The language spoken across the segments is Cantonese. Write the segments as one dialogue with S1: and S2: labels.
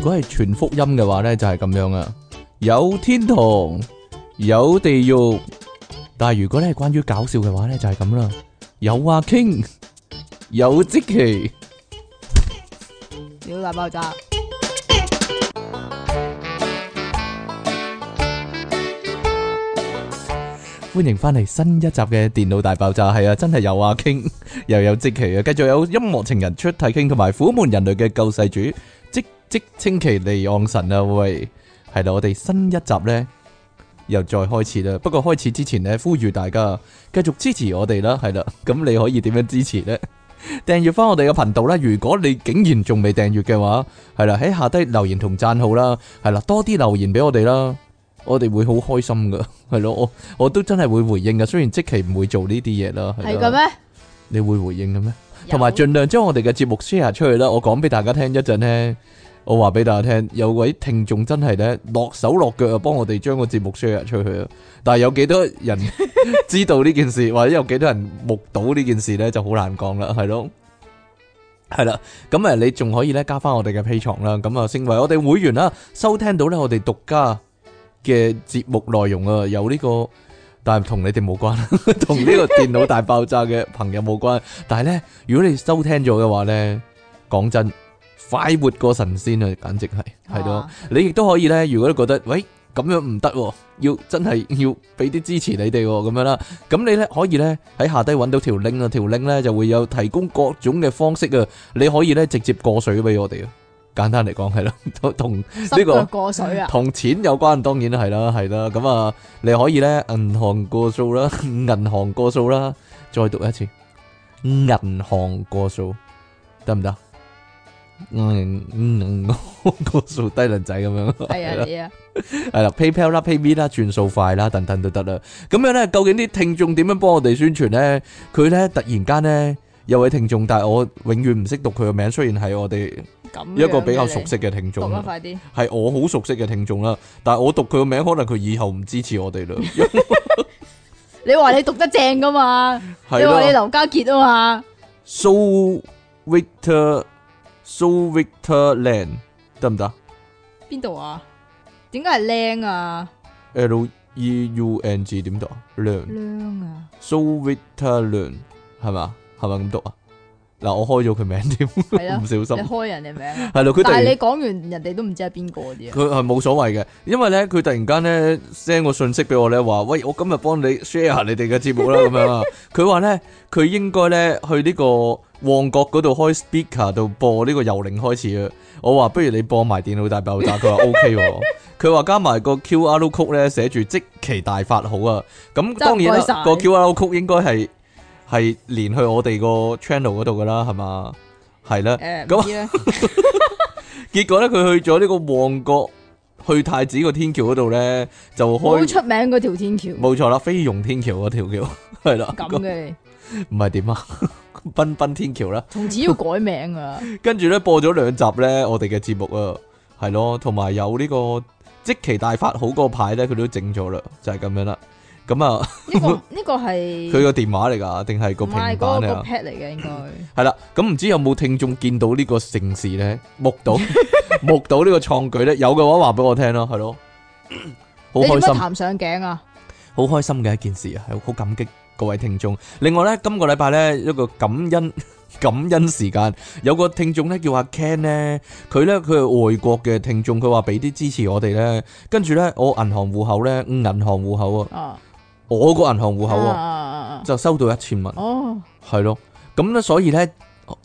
S1: 果係全福音嘅話咧，就係咁樣啊，有天堂，有地獄。但係如果咧係關於搞笑嘅話咧，就係咁啦，有阿 King，有積淇。
S2: 屌大爆
S1: 啊
S2: 炸！
S1: 欢迎翻嚟新一集嘅電腦大爆炸，係啊，真係有阿 King，又有即期啊，繼續有音樂情人出體傾，同埋苦悶人類嘅救世主，即即清奇利昂神啊，喂，係啦，我哋新一集呢，又再開始啦，不過開始之前呢，呼籲大家繼續支持我哋啦，係啦，咁你可以點樣支持呢？ 訂閱翻我哋嘅頻道啦，如果你竟然仲未訂閱嘅話，係啦，喺下低留言同讚好啦，係啦，多啲留言俾我哋啦，我哋會好開心噶，係咯，我我都真係會回應噶，雖然即期唔會做呢啲嘢啦，
S2: 系
S1: 係啦
S2: 嘅咩？
S1: 你會回應嘅咩？
S2: 有
S1: 同埋盡量將我哋嘅節目 share 出去啦。我講俾大家聽一陣呢，我話俾大家聽，有位聽眾真係呢，落手落腳啊，幫我哋將個節目 share 出去啊。但係有幾多人知道呢件事，或者有幾多人目睹呢件事呢，就好難講啦，係咯。係啦，咁啊，你仲可以咧加翻我哋嘅 P 床啦，咁啊，成為我哋會員啦，收聽到咧我哋獨家嘅節目內容啊，有呢、個，但係同你哋冇關， 同呢個電腦大爆炸嘅朋友冇關，但係咧。如果你收聽咗嘅話呢，講真，快活過神仙啊，簡直係係咯
S2: 啊。
S1: 你亦都可以呢，如果你覺得喂咁樣唔得喎，要真係要俾啲支持你哋喎咁樣啦，咁你呢，可以呢，喺下低揾到條 link 啊，條 link 呢就會有提供各種嘅方式啊，你可以呢直接過水俾我哋啊。簡單嚟講係啦，同同
S2: 濕
S1: 個
S2: 腳過水 啊！
S1: 同錢有關，當然係啦，係啦。咁啊，你可以咧銀行過數啦， 銀行過數啦，再讀一次，銀行過數得唔得？嗯嗯， 過數低能仔咁樣，
S2: 係
S1: 係啦
S2: 啊，你啊，
S1: 係啦，PayPal 啦、PayMe 啦、轉數快啦，等等都得啦。咁樣咧，究竟啲聽眾點樣幫我哋宣傳咧？佢咧突然間咧有位聽眾，但係我永遠唔識讀佢嘅名，雖然係我哋
S2: 啊咁
S1: 一個比較
S2: 樣嘅
S1: 熟
S2: 你
S1: 悉嘅啊聽眾
S2: 嗯讀啊
S1: 啦
S2: 啦，。快啲！
S1: 系我好熟悉嘅聽眾啦，但系我讀佢個名，可能佢以後唔支持我 哋啦，
S2: 你話你讀得正噶嘛？
S1: 係
S2: 你話你
S1: 啦
S2: 劉家傑啊嘛？
S1: ，So Victor So Victor Land 得啊唔得
S2: 邊度啊？點解係靚啊？
S1: ？L E U N G 點讀啊？Land
S2: 靚啊！
S1: So Victor Land 係嘛？係咪咁讀啊？嗱，我開咗佢名添，
S2: 係
S1: 唔
S2: 咯，
S1: 小
S2: 你
S1: 心
S2: 開人哋名啊！
S1: 係咯，佢突
S2: 但係
S1: 然
S2: 你講完，人哋都唔知係邊個嗰啲啊！
S1: 佢係冇所謂嘅，因為咧佢突然間咧 send 個信息俾我咧話，喂，我今日幫你 share 你哋嘅節目啦咁樣 啊。佢話咧佢應該咧去呢個旺角嗰度開 speaker 度播呢個由零開始啊。我話不如你播埋電腦大爆炸，佢話 OK 喎。佢話加埋個 QR code 咧寫住即期大法好啊。咁當然
S2: 真係
S1: 啦，
S2: 唔
S1: 個
S2: 該晒
S1: QR code 應該係係連去我哋個 channel 嗰度噶啦，係嘛？係啦，
S2: 誒，
S1: 咁
S2: 唔知啊咧，
S1: 結果咧，佢去咗呢個旺角去太子個天橋嗰度咧，就
S2: 好
S1: 開
S2: 出名嗰條天橋
S1: 冇錯啦，飛龍天橋嗰 條橋係啦，
S2: 咁嘅
S1: 唔
S2: 你，
S1: 係點啊？ 奔奔天橋啦，
S2: 從此要改名啊！
S1: 跟住咧播咗兩集咧，我哋嘅節目啊，係咯，同埋有呢個即期大法好個牌咧，佢都整咗啦，就係咁樣啦。咁啊，
S2: 呢個呢個係
S1: 佢個電話嚟㗎，定係個
S2: 嗯唔
S1: 平板
S2: 係嗰個
S1: 嚟啊？
S2: pad 嚟嘅應該，
S1: 係啦，咁唔知有冇聽眾見到呢個盛事咧，目 睹目睹呢個創舉咧？有嘅話話俾我聽咯，係咯，好
S2: 你做
S1: 開
S2: 乜
S1: 心。
S2: 談上頸啊？
S1: 好開心嘅一件事啊，係好感激各位聽眾。另外呢，今個禮拜呢，一個感恩 感恩時間，有個聽眾呢叫阿 Ken 呢，佢呢，佢係外國嘅聽眾，佢話俾啲支持我哋呢。跟住呢，我銀行戶口呢，銀行戶口啊，
S2: 啊，
S1: 我個銀行戶口
S2: 啊
S1: 啊，
S2: 啊啊啊
S1: 就收到一千蚊，
S2: 哦，
S1: 係咯。咁呢，所以呢，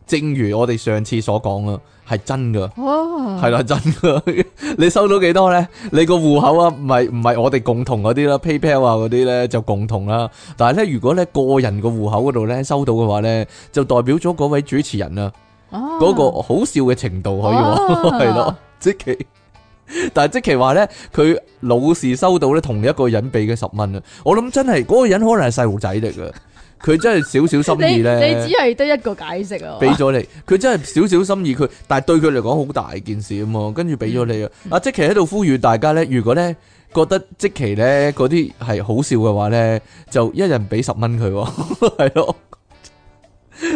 S1: 正如我哋上次所講啊，係真噶。
S2: 哦，
S1: 係啦，真噶！ 你收到幾多咧？你個户口啊，唔係唔係我哋共同嗰啲啦，PayPal 啊嗰啲咧就共同啦。但係咧，如果咧個人個户口嗰度咧收到嘅話咧，就代表咗嗰位主持人啊，
S2: 啊，
S1: 嗰、個好笑嘅程度可以話
S2: 啊
S1: 係咯，即其。但係即其話咧，佢老是收到咧同一個人俾嘅十蚊啊！我諗真係嗰、個人可能係細路仔嚟嘅，佢真係少少心
S2: 你
S1: 意
S2: 你
S1: 咧。
S2: 只係得一個解釋啊，
S1: 俾咗你，佢真係少少心意佢，但係對佢嚟講好大件事啊嘛，跟住俾咗你啊。阿即奇喺度呼籲大家咧，如果咧覺得即奇咧嗰 啲係好笑嘅話咧，就一人俾十蚊佢喎，係咯。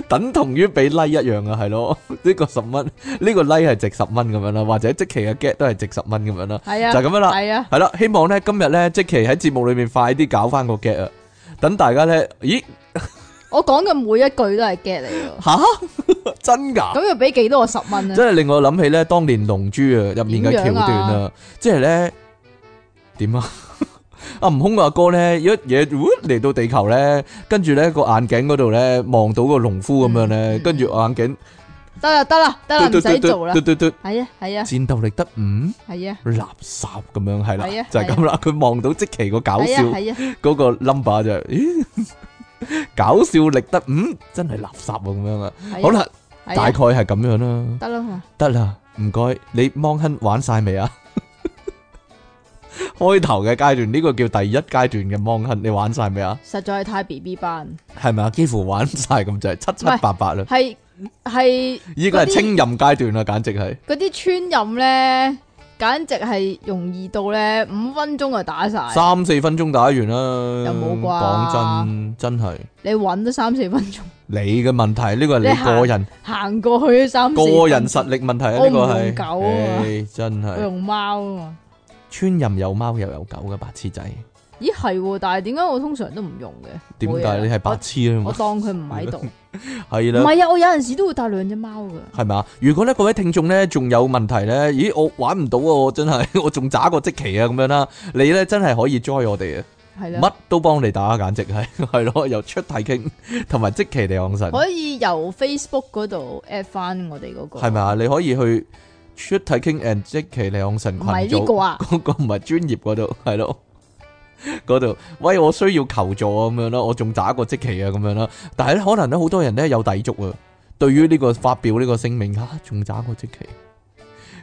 S1: 等同於俾 like 一樣啊，係咯，呢個十蚊，呢個 like 係值十蚊咁樣啦，或者即期嘅 get 都係值十蚊咁樣啦，
S2: 係啊，
S1: 就係咁樣啦，
S2: 係啊，
S1: 係啦，希望咧今日咧即期喺節目裏面快啲搞翻個 get 啊，等大家咧，咦
S2: 我講嘅每一句都係 get 嚟嘅，
S1: 吓真㗎？
S2: 咁要俾幾多我十蚊啊？
S1: 真係令我諗起咧，當年《龍珠》啊入面嘅橋段
S2: 點樣
S1: 啊，即係咧點啊？ 阿悟空個阿哥咧，一嘢喎嚟到地球咧，跟住咧個眼鏡嗰度咧望到個農夫咁樣咧，
S2: 嗯
S1: 跟住眼鏡
S2: 得啦得啦得啦，唔使做啦
S1: 嘟，嘟嘟嘟
S2: 係啊係啊
S1: 戰鬥力得五，
S2: 係啊
S1: 垃圾咁樣係
S2: 係
S1: 啦
S2: 啊，
S1: 就係咁啦。佢望到即奇個搞
S2: 係
S1: 笑
S2: 啊係啊，
S1: 嗰個 number 就，咦， 搞笑力得五，真係垃圾啊咁樣啊。
S2: 係啊
S1: 好啦，
S2: 係啊
S1: 大概嗯係咁樣啦。
S2: 得啦嘛，
S1: 得啦，唔該，你芒亨玩晒未啊？ 開頭嘅階段，呢、個叫第一階段嘅芒亨，你玩晒未啊？
S2: 實在係太 B B 班，
S1: 係咪啊？幾乎玩晒咁就係七七
S2: 唔係
S1: 八八啦。
S2: 係係
S1: 依家係
S2: 嗰啲
S1: 清任階段啦，啊簡直係
S2: 嗰啲穿任咧，簡直係容易到咧五分鐘就打晒，
S1: 三四分鐘打完啦。
S2: 有冇
S1: 講
S2: 啩
S1: 真，真係
S2: 你揾都三四分鐘，
S1: 你嘅問題，呢個係
S2: 你
S1: 你
S2: 行
S1: 個人
S2: 行過去都三四分鐘
S1: 個人實力問題啊！呢
S2: 我唔
S1: 個
S2: 用狗
S1: 係，
S2: 啊
S1: 唉真
S2: 我
S1: 係
S2: 用貓啊嘛。
S1: 村任有貓又有狗嘅白痴仔，
S2: 咦係喎，但係點解我通常都唔用嘅？
S1: 點
S2: 冇嘢
S1: 解
S2: 啦
S1: 你係白痴啊
S2: 我？我
S1: 嘛？
S2: 當佢唔喺度， 唔
S1: 係啦。
S2: 係啊！我有陣時都會帶兩隻貓噶。
S1: 系咪啊？如果咧各位聽眾咧仲有問題咧，咦我玩唔到啊！我真係 我仲渣過即期啊咁樣啦，你咧真係可以 join 我哋啊，
S2: 係啦，
S1: 乜都幫你打，簡直係 係咯，又出題傾同埋即期嚟昂神，
S2: 可以由 Facebook 嗰度 at 翻我哋嗰個，
S1: 係咪啊？你可以去出題傾 and 即期嚟昂神
S2: 唔
S1: 群
S2: 係呢個
S1: 組，
S2: 啊，
S1: 嗰個唔係專業嗰度，係咯。嗰度，喂，我需要求助啊，咁樣啦，我仲打過即期啊，咁樣啦。但係咧，可能咧，好多人咧有抵觸啊，對於呢個發表呢個聲明啊，仲打過即期，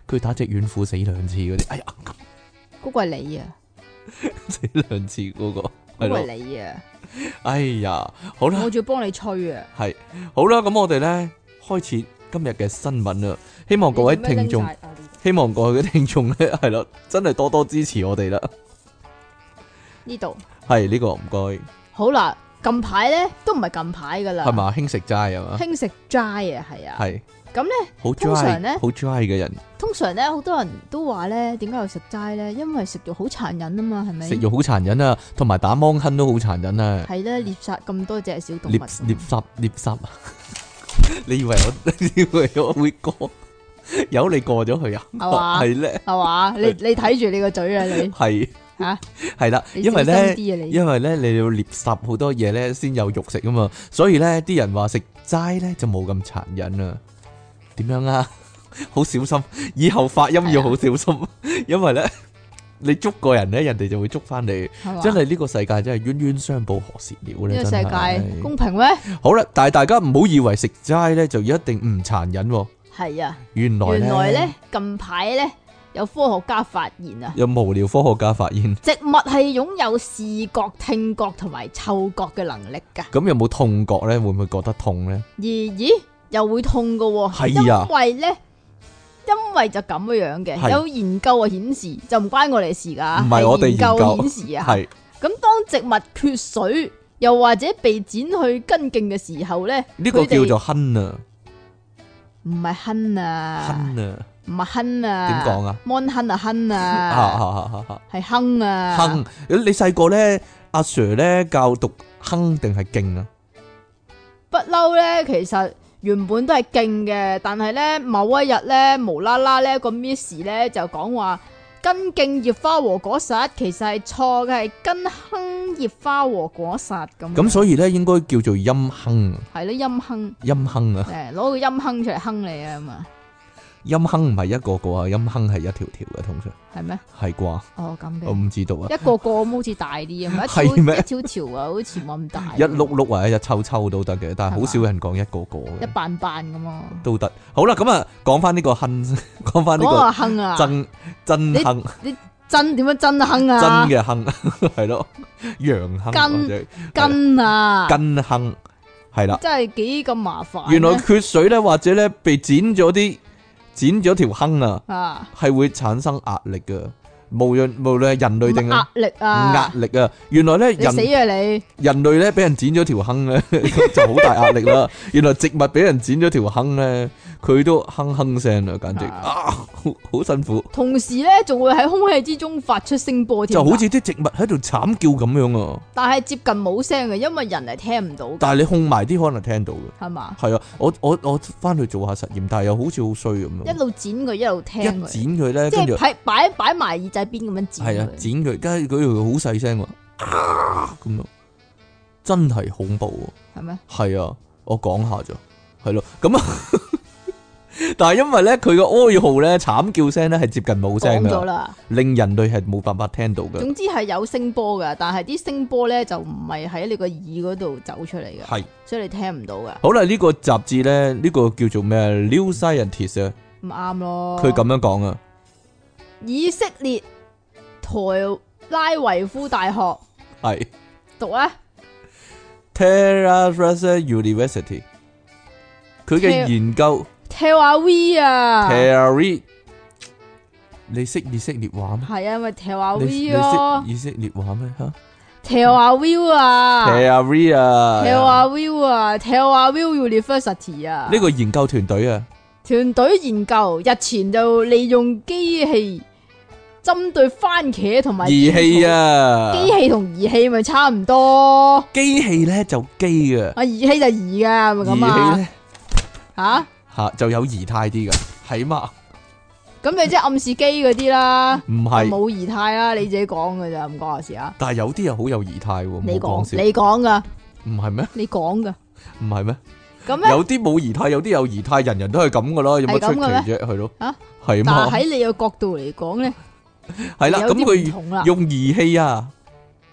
S1: 佢打只軟虎死兩次嗰啲， 哎呀，
S2: 嗰個係你啊，
S1: 死兩次嗰、個，係
S2: 嗰個
S1: 咯，
S2: 係你啊，
S1: 哎呀，好啦
S2: 我，仲要幫你吹啊，
S1: 係，好啦，咁我哋咧開始今日嘅新聞啦，希望哦各位
S2: 你做
S1: 聽
S2: 咩拎
S1: 眾
S2: 晒。啊呢
S1: 希望各位嘅聽眾咧，係咯，真係多多支持我哋啦，
S2: 呢度
S1: 係呢、個唔該。
S2: 好啦，近排咧都唔係近排噶啦，
S1: 系？嘛？輕食齋啊嘛，
S2: 輕食齋啊，係啊，
S1: 係
S2: 咁咧
S1: 好
S2: 通常
S1: dry
S2: 呢
S1: 好 dry 嘅人，
S2: 通常咧好多人都話咧，點解要食齋咧？因為食肉好殘忍啊嘛，係咪？
S1: 食肉好殘忍啊，同埋打芒坑都好殘忍啊，
S2: 係啦，獵殺咁多隻小動物啊
S1: 獵獵殺獵殺 啊！你以為我 你以為我會過？ 有你過咗去啊？
S2: 係嘛
S1: 係咧，
S2: 係嘛？你你睇住你個嘴啊， 你
S1: 係
S2: 吓，
S1: 係啦，
S2: 你
S1: 因為
S2: 小心
S1: 咧，
S2: 啲啊你。
S1: 因為咧，你要獵殺好多嘢咧，先有肉食啊嘛，所以咧，啲人話食齋咧就冇咁殘忍啊。點樣啊？ 好小心，以後發音要好小心， 因為咧，你捉個人咧，人哋就會捉翻你。
S2: 係嘛
S1: 真係呢個世界真係冤冤相報何時了
S2: 呢
S1: 咧！
S2: 個
S1: 真
S2: 世界
S1: 係
S2: 公平咩？
S1: 好啦，但係大家唔好以為食齋咧就一定唔殘忍喎，
S2: 係啊，
S1: 原來
S2: 原來
S1: 咧
S2: 咧近排咧有科學家發現啊，
S1: 有無聊科學家發現，
S2: 植物係擁有視覺、聽覺同埋嗅覺嘅能力噶，
S1: 咁有冇痛覺咧？會唔會覺得痛咧？
S2: 而咦又會痛噶喎，
S1: 係啊
S2: 因為咧。因為就咁樣嘅，
S1: 係
S2: 有研究啊顯示就唔關我哋事㗎，
S1: 唔係我哋
S2: 係研究啊
S1: 研究
S2: 顯示啊，
S1: 係
S2: 咁當植物缺水，又或者被剪去根莖嘅時候咧，
S1: 呢個
S2: 佢哋
S1: 叫做哼啊，
S2: 唔係哼啊，
S1: 哼啊，
S2: 唔係哼啊，
S1: 點講啊？
S2: à, mon 哼啊哼
S1: 啊
S2: 啊，
S1: 啊啊啊
S2: 係哼啊，
S1: 啊哼！你細個咧，阿 Sir 咧教讀哼定係勁啊？
S2: 不嬲咧，其實原本都係勁嘅，但係咧某一日咧無啦啦咧個 miss 咧就講話。根莖葉花和果實其實係錯嘅，係根哼葉花和果實咁樣。
S1: 咁所以咧應該叫做音哼啊，
S2: 係咯，陰哼，
S1: 音哼啊，
S2: 誒攞個陰哼出嚟哼你啊嘛，
S1: 音哼唔係一個個啊，音哼係一條條嘅，通常
S2: 係咩？
S1: 係啩？
S2: 哦咁嘅。
S1: 我唔知道啊。
S2: 一個個咁好似大啲咁，一
S1: 係
S2: 條
S1: 咩
S2: 一條條啊，好似冇咁大，
S1: 一碌碌或者一抽抽都得嘅，但係
S2: 係
S1: 好
S2: 嘛
S1: 少人講一個個
S2: 一
S1: 嘅
S2: 瓣瓣咁啊。
S1: 都得。好啦，咁啊，講翻呢個亨， 講翻呢
S2: 講
S1: 個
S2: 啊哼啊，
S1: 真真亨
S2: 真點樣真哼
S1: 真
S2: 啊，
S1: 嘅亨 係咯，羊亨
S2: 根
S1: 或者
S2: 根啊，
S1: 根亨係啦。
S2: 真係幾咁麻煩咧。
S1: 原來缺水咧，或者咧被剪咗啲剪咗條亨啊，
S2: 啊，
S1: 係會產生壓力嘅。無論無論係人類定係
S2: 壓力啊，
S1: 壓力啊，原來咧
S2: 你
S1: 人
S2: 死啊你！
S1: 人類咧俾人剪咗條坑咧， 就好大壓力啦。原來植物俾人剪咗條坑咧，佢都哼哼聲啊，簡直啊，好好辛苦，
S2: 同時咧仲會喺空氣之中發出聲波添
S1: 就
S2: 㗎，
S1: 好似啲植物喺度慘叫咁樣啊。
S2: 但係接近冇聲嘅，因為人係聽唔到㗎，
S1: 但係你控埋啲可能聽到嘅，
S2: 係嘛？
S1: 係啊，我我我翻去做下實驗，但係又好似好衰咁
S2: 一
S1: 樣，
S2: 路剪佢一路聽
S1: 嗯一
S2: 佢，
S1: 剪佢咧，
S2: 即
S1: 跟住
S2: 係擺擺擺埋耳仔邊咁樣剪
S1: 係啊，
S2: 佢。
S1: 剪佢，跟住佢又好細聲喎，啊咁樣，真係恐怖喎。
S2: 係咩？
S1: 系啊，我講下咋，係咯，咁啊， 但係因為咧佢個哀號咧慘叫聲咧係接近冇聲
S2: 講咗
S1: 噶，
S2: 啦，
S1: 令人類係冇辦法聽到嘅，
S2: 總之係有聲波噶，但係啲聲波咧就唔係喺你個耳嗰度走出嚟嘅，
S1: 係
S2: 所以你聽唔到噶，
S1: 好啦，呢、個雜誌咧，呢、個叫做咩啊 New Scientist 啊，
S2: 唔啱咯。
S1: 佢咁樣講啊，
S2: 以色列台拉維夫大學
S1: 係
S2: 讀咧，
S1: Terra Rosa University，佢嘅
S2: Ter-
S1: 研究
S2: 跳下 V 啊，
S1: Terry，你識以色列話咩？
S2: 係啊，因為跳
S1: 你
S2: 下 V 咯
S1: 你，識以色列話咩？吓
S2: 跳下 V 啊，
S1: ，Terry 啊，
S2: 跳下 V 啊，跳下 V University à? 啊，
S1: 呢個研究團隊啊。
S2: 團隊研究日前就利用機器針對番茄同埋
S1: 儀器啊，
S2: 機器同儀器咪差唔多，
S1: 機器咧就機嘅，
S2: 啊儀器就儀噶，係咪咁
S1: 儀器
S2: 啊
S1: 咧
S2: 吓，
S1: 吓就有儀態啲嘅，係嘛？
S2: 咁你即係暗示機嗰啲啦，
S1: 唔係，
S2: 冇儀態啦，你自己講噶咋，唔關我事啊，
S1: 但係有啲又好有儀態喎，
S2: 你
S1: 唔好講
S2: 講
S1: 笑，
S2: 你講噶，
S1: 唔係咩？
S2: 你講噶，
S1: 唔係咩？
S2: 咁咧，
S1: 有啲冇儀態，有啲有儀態，人人都係咁噶啦，有乜
S2: 係
S1: 出
S2: 咁嘅
S1: 奇啫？係咯
S2: 啊，
S1: 係
S2: 但係
S1: 嘛？
S2: 喺你嘅角度嚟講咧，
S1: 係啦，
S2: 有
S1: 咁
S2: 啲唔
S1: 佢
S2: 同啦，
S1: 用儀器啊，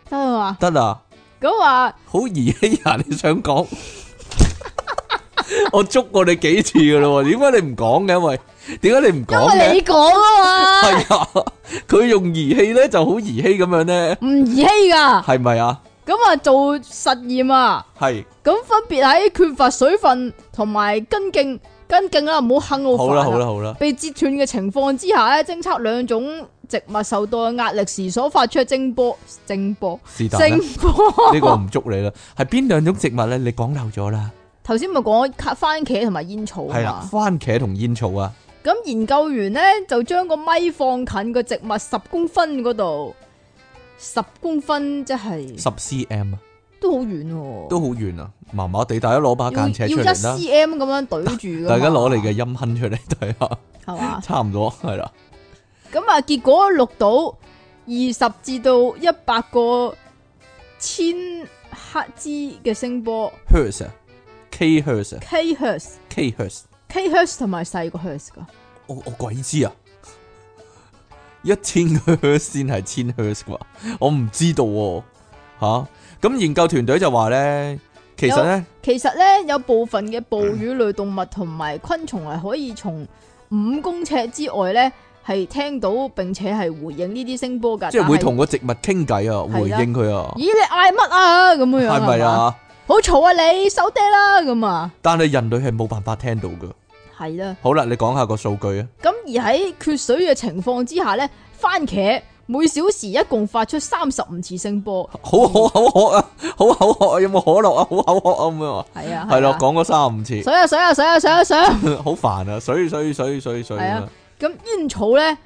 S2: 得啊嘛，
S1: 得啊，
S2: 咁話
S1: 好儀器啊！你想講？我捉過你幾次噶啦喎，點解你唔講嘅？喂，點解你唔
S2: 因
S1: 講
S2: 為
S1: 嘅？
S2: 你講啊嘛，
S1: 係啊，佢用儀器咧就好儀器咁樣咧。
S2: 唔儀器噶，
S1: 系咪啊？
S2: 咁啊做實驗啊。
S1: 系
S2: 咁分別喺缺乏水分同埋根莖根莖啦，唔好坑我
S1: 好
S2: 煩
S1: 啦
S2: 啊
S1: 好啦好啦，
S2: 被截斷嘅情況之下咧，偵測兩種植物受到壓力時所發出嘅聲波、聲波、
S1: 是但
S2: 聲
S1: 啦，
S2: 波。
S1: 呢個唔捉你啦。係邊兩種植物咧？你講漏咗啦。
S2: 頭先咪講番茄同埋煙草啊
S1: 係啦，
S2: 嘛。
S1: 番茄同煙草啊，
S2: 咁研究員咧就將個咪放近個植物十公分嗰度，十公分即係
S1: 十 cm 啊，
S2: 都好遠喎，
S1: 都好遠啊，麻麻地。大家攞把間尺
S2: 要
S1: 出
S2: 要一
S1: 嚟啦，
S2: cm 咁樣懟住㗎 嘛。
S1: 大家攞你嘅音哼出嚟睇下，
S2: 係嘛？
S1: 差唔多係啦。
S2: 咁啊，結果錄到二十至到一百個千赫茲嘅聲波
S1: Hertz 啊，K Hertz 啊
S2: （K hertz）、
S1: ，K Hertz，
S2: K hertz 同埋細個 hertz 噶，
S1: 我我鬼知啊， 一千 Hertz 先係千 Hertz 啩，我唔知道喎吓。咁研究團隊就話咧，其實咧。
S2: 其實咧，有部分嘅哺乳類動物同埋昆蟲係可以從五公尺之外咧係聽到並且係回應呢啲聲波㗎。
S1: 即係會
S2: 但
S1: 同個植物傾偈啊，回
S2: 係啦
S1: 應佢啊
S2: 咦，，你嗌乜啊？咁樣樣
S1: 係咪？
S2: 嘛
S1: 啊？
S2: 好嘈啊！你收爹啦咁啊，
S1: 但係人類係冇辦法聽到噶。
S2: 係啦。
S1: 好啦，你講下個數據啊，
S2: 咁而喺缺水嘅情況之下呢，番茄每小時一共發出三十五次聲波。
S1: 好好口渴啊，好口渴啊，有冇可樂啊？好口渴啊咁樣啊，
S2: 係啊，
S1: 係咯，
S2: 啊
S1: 講咗三五次，
S2: 水啊水啊水啊水啊水啊！
S1: 好煩啊，水水水水水
S2: 係
S1: 啊
S2: 啊，咁煙草呢，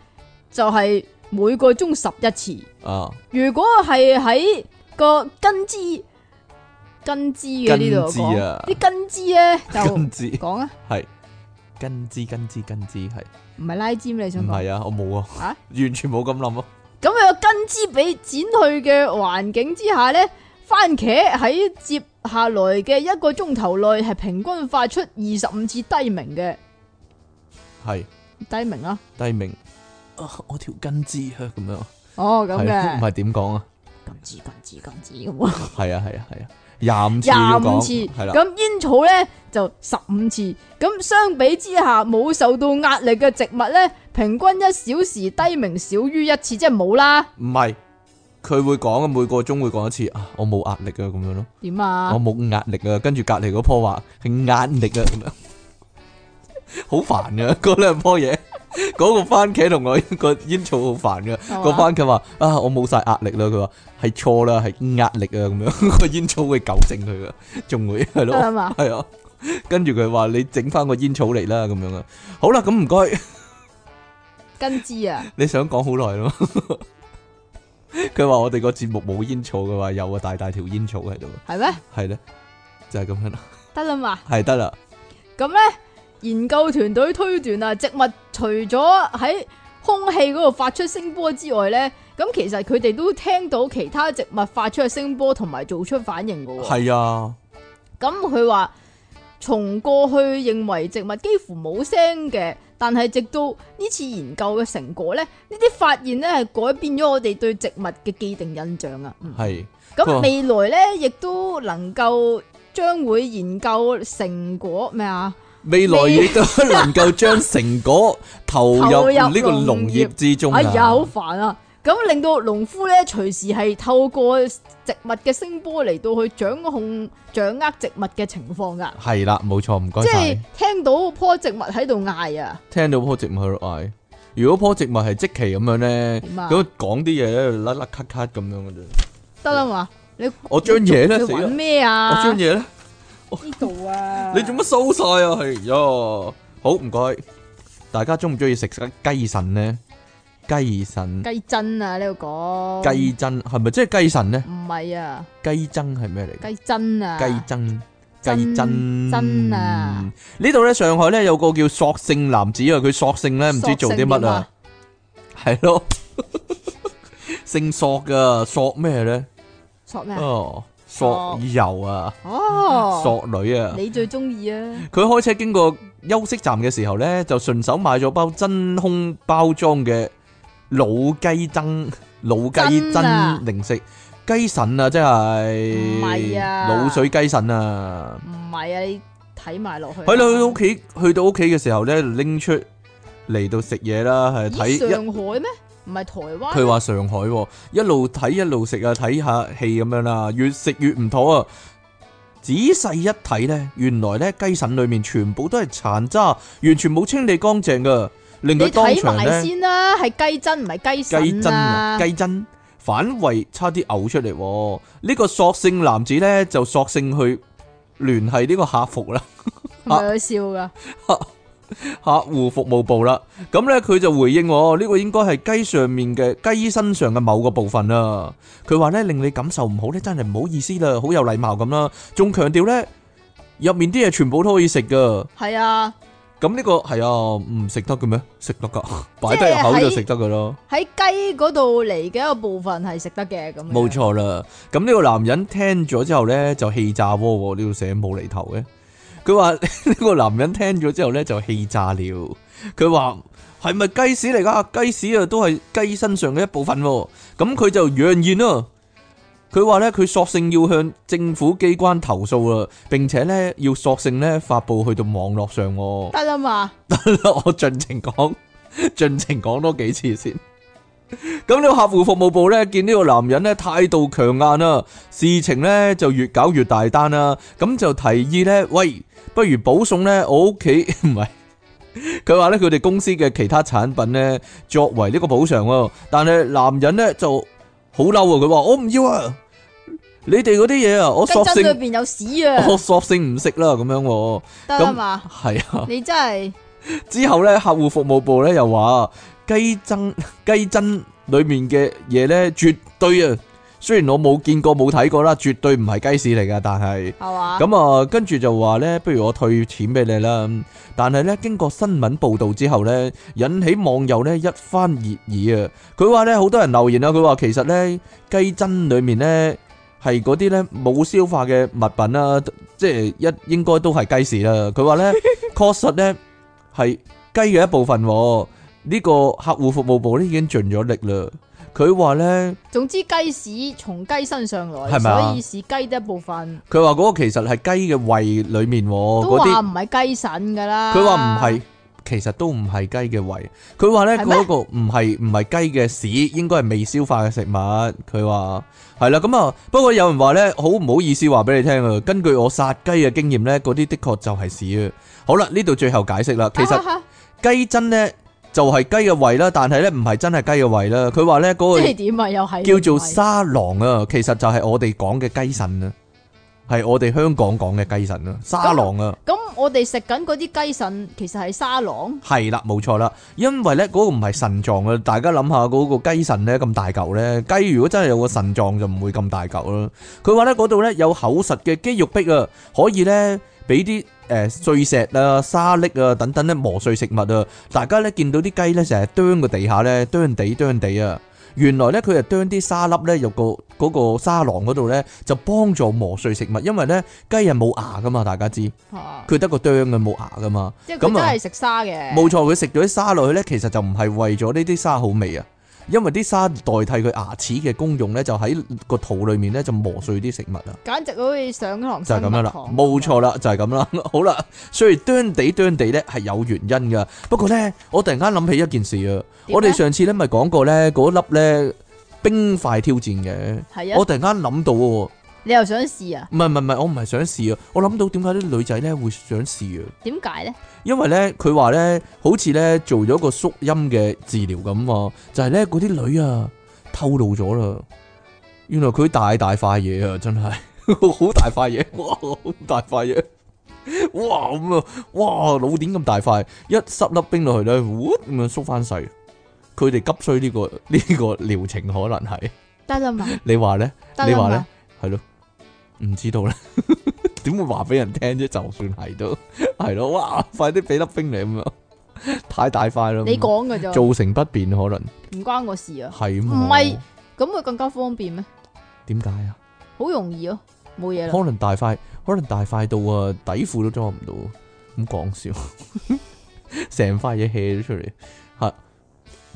S2: 就係每個鐘十一次。
S1: 啊，
S2: 如果係喺個根枝根枝嘅呢度
S1: 根枝啊
S2: 講，啲根枝呢，
S1: 根
S2: 就
S1: 枝
S2: 講啊，
S1: 係根枝根枝根枝係，
S2: 唔係拉尖你
S1: 唔
S2: 想講
S1: 係啊？我冇啊，
S2: 啊？
S1: 完全冇咁諗啊，
S2: 咁有根枝俾剪去嘅環境之下呢，番茄喺接下來嘅一個鐘頭內係平均發出二十五次低鳴嘅
S1: 係
S2: 低鳴啦。
S1: 低明啊，我條根枝啊咁樣，
S2: 哦，咁
S1: 係啊唔
S2: 嘅
S1: 係點講啊？
S2: 根枝根枝根枝咁啊，
S1: 係啊係啊係啊，廿五次要
S2: 廿五
S1: 講
S2: 次。
S1: 係啦。
S2: 咁煙草呢就十五次。咁相比之下，冇受到壓力嘅植物呢，平均一小時低鳴少於一次，即係冇啦。
S1: 唔係，佢會講每個鐘會講一次啊，我冇壓力啊咁樣咯，
S2: 點啊
S1: 我？冇壓力啊，跟住隔離嗰棵話係壓力啊咁樣，好煩啊嗰兩棵嘢，嗰個番茄同我個煙草好煩噶。
S2: 係嘛
S1: 個番茄話啊，我冇晒壓力啦。佢話係錯啦，係壓力啊咁樣。 個煙草會糾正佢噶，仲會係
S2: 得 啦
S1: 咯，
S2: 嘛，
S1: 係啊。跟住佢話你整翻個煙草嚟啦咁樣啊。好啦，咁唔該。
S2: 根枝啊，
S1: 你想講好耐咯？ 佢話我哋個節目冇煙草嘅話，有啊大大條煙草喺度，
S2: 係咩？
S1: 係咧，就係咁樣啦，
S2: 得啦嘛。
S1: 係得啦，
S2: 咁咧，研究團隊推斷啊，植物除咗喺空氣嗰度發出聲波之外咧，咁其實佢哋都聽到其他植物發出嘅聲波，同埋做出反應嘅喎。
S1: 係啊，
S2: 咁佢話從過去認為植物幾乎冇聲嘅，但係直到呢次研究嘅成果咧，呢啲發現咧係改變咗我哋對植物嘅既定印象啊。嗯
S1: 係
S2: 咁
S1: 哇
S2: 未來咧亦都能夠將會研究成果咩啊？
S1: 未來亦都能夠將成果投
S2: 投
S1: 入
S2: 入
S1: 呢個農
S2: 農業
S1: 業之中啊
S2: 哎呀，好煩啊！咁令到農夫咧隨時係透過植物嘅聲波嚟到去掌控、掌握植物嘅情況噶，
S1: 係啦，冇錯，唔該
S2: 即
S1: 晒
S2: 係。聽到棵植物喺度嗌啊！
S1: 聽到棵植物喺度嗌，如果棵植物係即期咁樣咧，
S2: 點啊
S1: 咁講啲嘢咧甩甩咳咳咁樣嘅啫。
S2: 得啦嘛，你
S1: 我將嘢咧
S2: 你
S1: 死
S2: 揾
S1: 啦，
S2: 咩
S1: 我
S2: 啊？
S1: 將嘢咧。
S2: 呢度啊！
S1: 你做乜收晒啊？係呀，好唔該。大家中唔中意食雞腎咧？雞腎、
S2: 雞胗啊？呢度講
S1: 雞胗係咪即係雞腎咧？
S2: 唔係啊？
S1: 雞胗係咩嚟㗎？
S2: 雞胗啊？
S1: 雞胗。雞
S2: 真
S1: 胗
S2: 真啊！
S1: 呢度咧，上海咧有個叫索性男子啊，佢索性咧唔知做啲乜啊，係咯，姓索噶，索咩咧？
S2: 索咩啊？
S1: 哦，索
S2: 索
S1: 油啊，
S2: 哦，
S1: 索女啊。
S2: 你最中意啊？
S1: 佢開車經過休息站嘅時候呢，就順手買咗包真空包裝嘅老雞 胗、老雞
S2: 真啊
S1: 胗零食雞腎啊，真係
S2: 唔係啊
S1: 滷水雞腎啊！
S2: 唔係啊？你睇埋落去啊。
S1: 去到佢屋企，去到屋企嘅時候呢，拎出嚟到食嘢啦，係睇
S2: 咦
S1: 一
S2: 上海咩？唔係台灣咩
S1: 佢話上海喎，一路睇一路食啊，睇下戲咁樣啦，越食越唔妥啊！仔細一睇呢，原來呢雞腎裡面全部都係殘渣，完全冇清理乾淨噶，令
S2: 你
S1: 佢當
S2: 睇
S1: 場
S2: 埋
S1: 呢
S2: 先啦，係雞胗唔係雞
S1: 雞
S2: 腎
S1: 真啊
S2: 啊！
S1: 雞真反胃，差啲嘔出嚟喎。呢個索性男子呢，就索性去聯繫呢個客服啦。
S2: 係咪有笑噶？
S1: 客户服務部啦，咁呢，佢就回應我，呢、個應該係雞上面嘅雞身上嘅某個部分啦。佢話呢，令你感受唔好呢，真係唔好意思啦，好有禮貌咁啦，仲強調呢，入面啲嘢全部都可以食噶。
S2: 係啊，
S1: 咁呢、個係啊，唔食得嘅咩？食得噶，擺低入口就食得噶咯，
S2: 喺雞嗰度嚟嘅一個部分係食得嘅咁樣。
S1: 冇錯啦。咁呢個男人聽咗之後呢，就氣炸鍋喎，呢度寫冇厘頭嘅。佢話 呢個男人聽咗之後呢，就氣炸了。佢話係咪雞屎嚟噶？雞屎啊，都係雞身上嘅一部分喎。咁佢就揚言啦。佢話呢，佢索性要向政府機關投訴啦，並且呢，要索性呢發布去到網絡上喎。
S2: 得啦嘛，
S1: 我盡情講， 盡情講多幾次先。咁呢個客户服務部呢，見呢個男人呢態度強硬啦，事情呢就越搞越大單啦。咁就提議呢：「喂，不如保送呢我屋企 唔係。佢話呢，佢哋公司嘅其他產品呢，作為呢個補償喎。但係男人呢就好嬲啊！佢話我唔要啊，你哋嗰啲嘢啊，我
S2: 雞
S1: 索
S2: 胗裏
S1: 性
S2: 邊有屎啊！
S1: 我索性唔食啦，咁樣喎。
S2: 得啦嘛，
S1: 係啊。
S2: 你真係
S1: 之後咧，客户服務部咧又話雞胗雞胗裏面嘅嘢咧，絕對啊，雖然我冇見過冇睇過啦，絕對唔係雞屎嚟噶，但係
S2: 係嘛？
S1: 咁啊，跟住就話咧，不如我退錢俾你啦。但係咧，經過新聞報導之後咧，引起網友咧一番熱議啊。佢話咧，好多人留言啦，佢話其實咧雞胗裡面咧係嗰啲咧冇消化嘅物品啦，即係一應該都係雞屎啦。佢話咧，確實咧係雞嘅一部分喎。呢個客戶服務部咧已經盡咗力啦。佢話 咧。
S2: 總之雞屎從雞身上來，
S1: 係咪啊
S2: 所以是雞的一部分。
S1: 佢話嗰個其實係雞嘅胃裡面喎，
S2: 都
S1: 哦嗰啲
S2: 話唔係雞腎噶啦。
S1: 佢話唔係，其實都唔係雞嘅胃。佢話咧
S2: 係咩
S1: 嗰個唔係唔係雞嘅屎，應該係未消化嘅食物。佢話係啦，咁啊，不過有人話咧，好唔好意思話俾你聽啊。根據我殺雞嘅經
S2: 啊
S1: 驗咧，嗰啲的確就係屎啊。好啦，呢度最後解釋啦。其實
S2: 啊哈
S1: 雞胗咧就係雞嘅胃啦，但係咧唔係真係雞嘅胃啦。佢話咧嗰
S2: 即
S1: 個
S2: 系点啊？又系
S1: 叫做沙狼啊，其實就係我哋講嘅雞腎啊，係我哋香港講嘅雞腎啊，沙狼啊。
S2: 咁，我哋食紧嗰啲鸡肾其实系沙朗，
S1: 係啦，冇錯啦，因為咧嗰、個唔係腎臟啊，大家諗下嗰個雞腎咧咁大嚿咧，雞如果真係有個腎臟就唔會咁大嚿啦。佢話咧嗰度咧有厚實嘅肌肉壁啊，可以咧俾啲誒碎石啊、沙礫啊等等咧磨碎食物啊。大家咧見到啲雞咧成日啄個地下咧，啄地啄地啊。原來咧佢係啄啲沙粒咧入個嗰個沙囊嗰度咧，就幫助磨碎食物，因為咧雞係冇牙噶嘛，大家知
S2: 啊
S1: 佢得個啄嘅冇牙噶嘛。
S2: 即系
S1: 咁
S2: 佢
S1: 啊
S2: 真系食沙嘅。
S1: 冇錯，佢食咗啲沙落去咧，其實就唔係為咗呢啲沙好味啊，因為啲沙代替佢牙齒嘅功用咧，就喺個肚裏面咧就磨碎啲食物啊，
S2: 簡直好似上堂
S1: 就係、咁樣啦，
S2: 啊
S1: 冇錯啦，就係咁啦，好啦，所以啄地啄地咧係有原因噶，不過咧我突然間諗起一件事啊，
S2: 點呢
S1: 我哋上次咧咪講過咧嗰粒咧冰塊挑戰嘅，
S2: 係啊
S1: 我突然間諗到喎。
S2: 你又想試啊？
S1: 唔係唔係唔係，我唔係想試啊！我諗到點解啲女仔咧會想試啊？
S2: 點解咧？
S1: 因為咧，佢話咧， 好似咧做咗個縮陰嘅治療咁啊，就係咧嗰啲女啊透露咗啦，原來佢大大塊嘢啊，真 係好大塊嘢，哇，好大塊嘢，哇咁啊，哇老點咁大塊，一濕粒冰落去咧，喎咁樣縮翻細，佢哋急需呢、個呢、個療程可能係，
S2: 得啦嘛，
S1: 你話咧？
S2: 得
S1: 你
S2: 啦
S1: 話咧
S2: 嘛，？
S1: 係咯，唔知道咧， 點會話俾人聽啫？就算係都 係咯，哇！快啲俾粒冰嚟咁樣，太大塊啦，
S2: 你講嘅咋，
S1: 造成不便可能
S2: 唔關我事啊。
S1: 係
S2: 唔係咁會更加方便咩？
S1: 點解啊？
S2: 好容易咯，冇嘢啦。
S1: 可能大塊，可能大塊到啊，底褲都裝唔到，咁講笑， 成塊嘢 hea 咗出嚟，係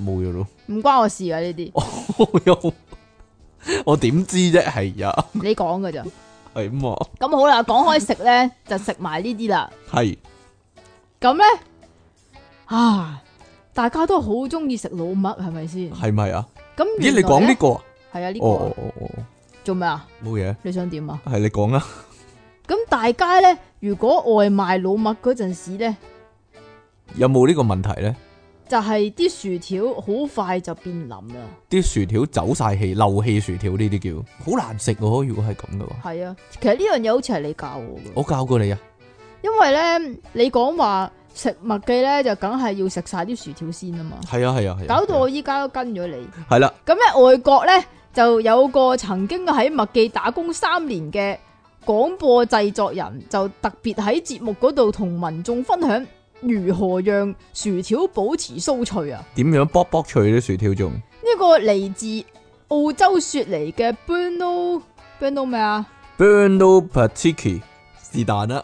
S1: 冇嘢咯。
S2: 唔關我事啊呢啲，
S1: 哦我又我點知啫？係呀，
S2: 你講嘅咋。
S1: 係嘛，
S2: 咁好啦，講開食咧，就食埋呢啲啦。
S1: 係
S2: 咁咧啊，大家都好中意食老麥，係咪先？
S1: 係咪啊？
S2: 咁
S1: 咦，你講呢
S2: 呢？
S1: 個啊？
S2: 係啊，呢
S1: 哦哦
S2: 個
S1: 哦哦，
S2: 做咩啊？
S1: 冇嘢。
S2: 你想點啊？
S1: 系你讲啦，
S2: 咁大家咧，如果外賣老麥嗰陣時咧，
S1: 有冇呢個問題呢？
S2: 就係啲薯條好快就變腍啦。
S1: 啲薯條走晒氣、漏氣薯條呢啲叫好難食喎。如果係咁嘅話，
S2: 係啊，其實呢樣嘢好似係你教我嘅，
S1: 我教過你啊，
S2: 因為咧你講話食麥記咧就梗係要食晒啲薯條先啊嘛，
S1: 係啊係啊係啊，
S2: 搞到我依家都跟咗你。
S1: 係啦，
S2: 咁咧外國咧就有個曾經喺麥記打工三年嘅廣播製作人，就特別喺節目嗰度同民眾分享如何讓薯條保持酥脆啊！
S1: 點樣卜卜脆啲薯條仲
S2: 呢、個嚟自澳洲雪梨嘅 Bruno Bruno 咩啊？
S1: burno patiki 是但啦，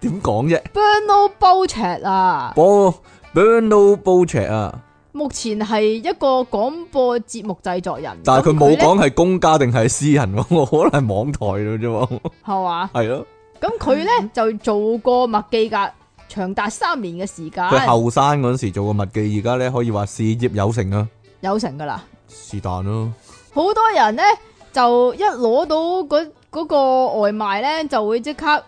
S1: 點講啫
S2: Bruno b o c h e t 啊！
S1: ？bo burno b o c h e 啊，
S2: 目前係一個廣播節目製作人，
S1: 但係佢冇
S2: 咁
S1: 講
S2: 呢
S1: 係公家定係私人喎，我可能係網台嘅啫喎，
S2: 係嘛？
S1: 係咯，
S2: 咁佢咧就做過麥記噶，長達三年嘅時間，
S1: 佢後生嗰陣時做過麥記，而家咧可以話事業有成啊，
S2: 有成噶啦。
S1: 是但咯，
S2: 好多人咧就一攞到嗰嗰個外賣咧，就會即刻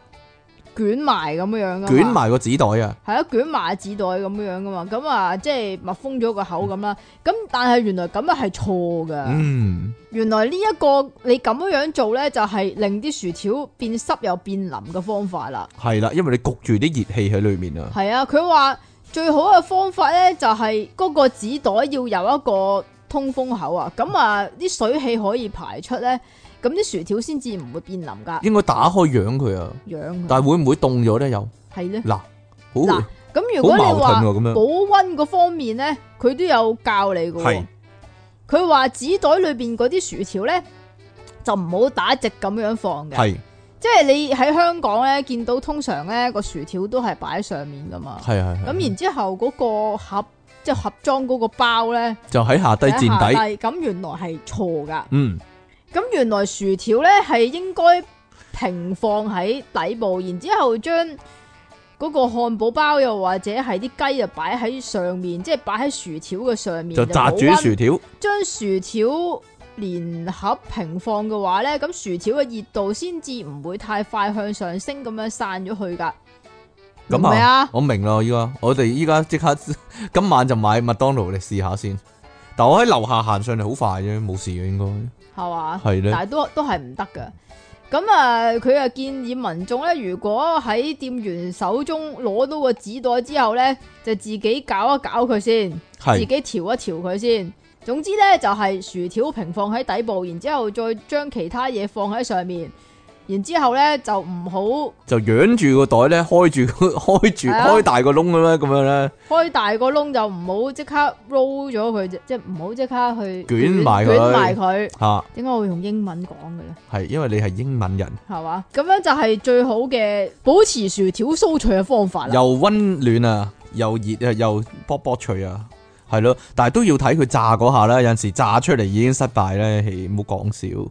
S2: 捲埋咁樣樣噶嘛。
S1: 捲埋個紙袋啊！
S2: 係啊，捲埋紙袋咁樣樣噶嘛。咁啊，即係密封咗個口咁啦。咁但係原來咁樣係錯噶。
S1: 嗯。
S2: 原來呢、一個你咁樣樣做咧，就係令啲薯條變濕又變腍嘅方法啦。
S1: 系啦，因為你焗住啲熱氣喺裏面啊，
S2: 係啊，佢話最好嘅方法咧，就係嗰個紙袋要有一個通風口啊，咁啊啲水氣可以排出咧，咁啲薯條先至唔會變腍噶。
S1: 應該打開養佢啊，
S2: 樣啊，
S1: 但系会唔會凍咗咧？又
S2: 係咧。
S1: 嗱，
S2: 嗯嗱
S1: 好，
S2: 咁如果你
S1: 好
S2: 話
S1: 矛盾喎咁樣
S2: 保温嗰方面咧，佢都有教你噶
S1: 係
S2: 喎。佢話紙袋裏边嗰啲薯條咧，就唔好打直咁樣放嘅。
S1: 係
S2: 即係你喺香港咧見到，通常咧個薯條都係擺喺上面噶嘛。
S1: 係係，
S2: 咁
S1: 係
S2: 然之後嗰個盒即係盒裝嗰個包咧，
S1: 就喺下低
S2: 喺下
S1: 墊底，
S2: 低咁原來係錯噶。
S1: 嗯，
S2: 咁原來薯條咧係應該平放喺底部，然之後將嗰個漢堡包又或者係啲雞就擺喺上面，即係擺喺薯條嘅上面
S1: 就扎住
S2: 冇
S1: 啲
S2: 溫
S1: 薯條，
S2: 將薯條連盒平放嘅話咧，咁薯條嘅熱度先至唔會太快向上升咁樣散咗去噶。
S1: 咁
S2: 明未
S1: 啊
S2: 啊，
S1: 我明啦，依家我哋依家即刻 今晚就買麥當勞嚟試下先。但我喺樓下行上嚟好快啫，冇事嘅應該。
S2: 系嘛？
S1: 係咧
S2: 但系都都系唔得噶。咁啊，佢啊建議民眾咧，如果喺店員手中攞到個紙袋之後咧，就自己搞一搞佢先，自己
S1: 係
S2: 調一調佢先。總之咧，就係薯條平放喺底部，然之后再將其他嘢放喺上面，然之后咧就唔
S1: 就仰住個袋咧，開住 開住
S2: 係啊
S1: 開大個窿咁樣咁樣咧，
S2: 好開大個窿，就唔好即刻 roll 咗佢啫，即系唔好即刻去
S1: 捲埋佢
S2: 捲埋佢。
S1: 吓
S2: 點解我會用英文講嘅咧？
S1: 係因為你係英文人，
S2: 系嘛？咁樣就係最好嘅保持薯條酥脆嘅方法啦。
S1: 又温暖啊，又熱啊，又卜卜脆啊，係咯。但係都要睇佢炸嗰下啦，有陣時炸出嚟已經失敗咧，係唔好講笑。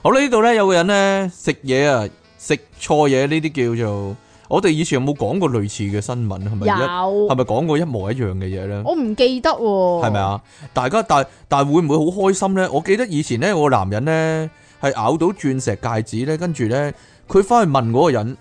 S1: 好啦，呢度咧有個人咧食嘢啊，食錯嘢呢啲叫做，我哋以前有冇講過類似嘅新聞係咪一？
S2: 有
S1: 系咪講過一模一樣嘅嘢咧？
S2: 我唔記得喎，
S1: 係咪？啊？大家但但會唔會好開心咧？我記得以前咧，我個男人咧係咬到鑽石戒指咧，跟住咧佢翻去問嗰個人，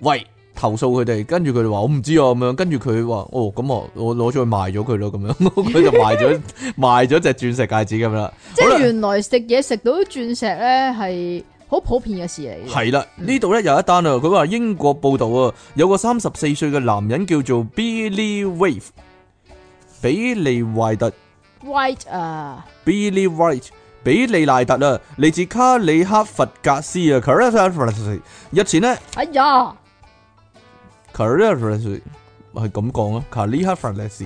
S1: 喂，投訴佢哋，跟住佢哋話我唔知啊咁樣，跟住佢話哦咁我我攞咗去賣咗佢咯咁樣，佢就賣咗賣咗隻鑽石戒指咁啦。
S2: 即
S1: 好啦
S2: 係原來食嘢食到鑽石咧係好普遍嘅事嚟嘅。
S1: 系啦，呢度咧有一單啊，佢話英國報道啊，有個三十四歲嘅男人叫做 Billy Wave，比利懷特。
S2: White 啊，
S1: Billy White。比利賴特啊，嚟自卡里克佛格斯啊 c a r r e r 日前呢
S2: 哎呀，
S1: c a r r e r 係咁講啊 c a r r e r f r s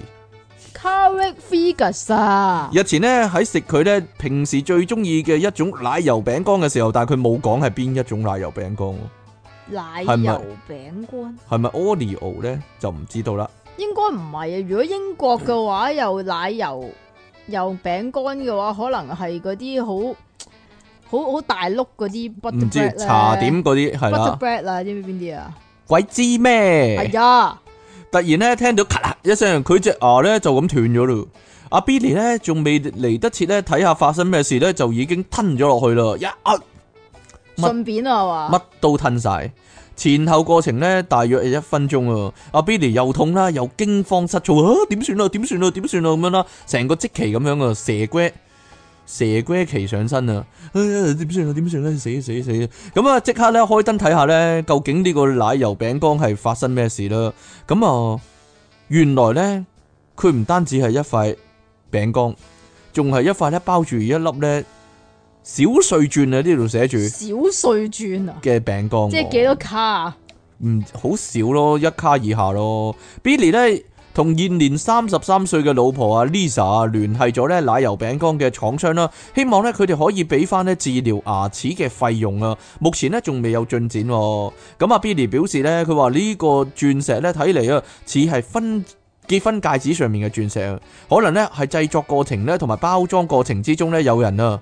S2: c a r i c Vegas 啊，
S1: 日前呢，喺食佢呢平時最中意嘅一種奶油餅乾嘅時候，但係佢冇講係邊一種奶油餅乾喎，
S2: 奶
S1: 係咪
S2: 油餅乾
S1: 係咪 Oreo 呢？就唔知道啦。
S2: 應該唔係啊。如果英國嘅話，又奶油又餅乾嘅話，可能係嗰啲好好好大碌嗰啲 butter
S1: 唔
S2: bread
S1: 知
S2: 咧
S1: 茶點嗰啲係
S2: butter
S1: 啦，
S2: bread 啊，知唔知邊啲啊？
S1: 鬼知
S2: 哎
S1: 咩？
S2: 呀！
S1: 突然咧聽到咔啦一聲，佢隻牙咧就咁斷咗咯。阿 Billy 咧仲未嚟得切咧睇下發生咩事咧，就已經吞咗落去啦，一啊咬乜
S2: 順便啊係嘛，
S1: 乜都吞晒。前後過程咧大約係一分鐘啊。阿 Billy 又痛啦，又驚慌失措啊，點算啊？點算啊？點算啊？咁樣啦，成個即期咁樣啊，蛇龜蛇龜期上身啊！哎呀點算啊？點算咧？死啊死啊死啊！咁啊，即刻咧開燈睇下咧，究竟呢個奶油餅乾係發生咩事啦？咁啊，原來咧佢唔單止係一塊餅乾，仲係一塊咧包住一粒咧小碎鑽啊！呢度寫住
S2: 小碎鑽啊，
S1: 嘅餅乾喎，
S2: 即係幾多卡啊？
S1: 唔好少咯，一卡以下咯。Billy 咧同現年三十三歲嘅老婆啊 Lisa 聯繫咗咧奶油餅乾嘅廠商啦，希望咧佢哋可以俾翻咧治療牙齒嘅費用啊。目前咧仲未有進展喎。咁啊 Billy 表示咧，佢話呢個鑽石咧睇嚟啊似係分。結婚戒指上面嘅鑽石啊，可能咧係製作過程咧同埋包裝過程之中咧有人啊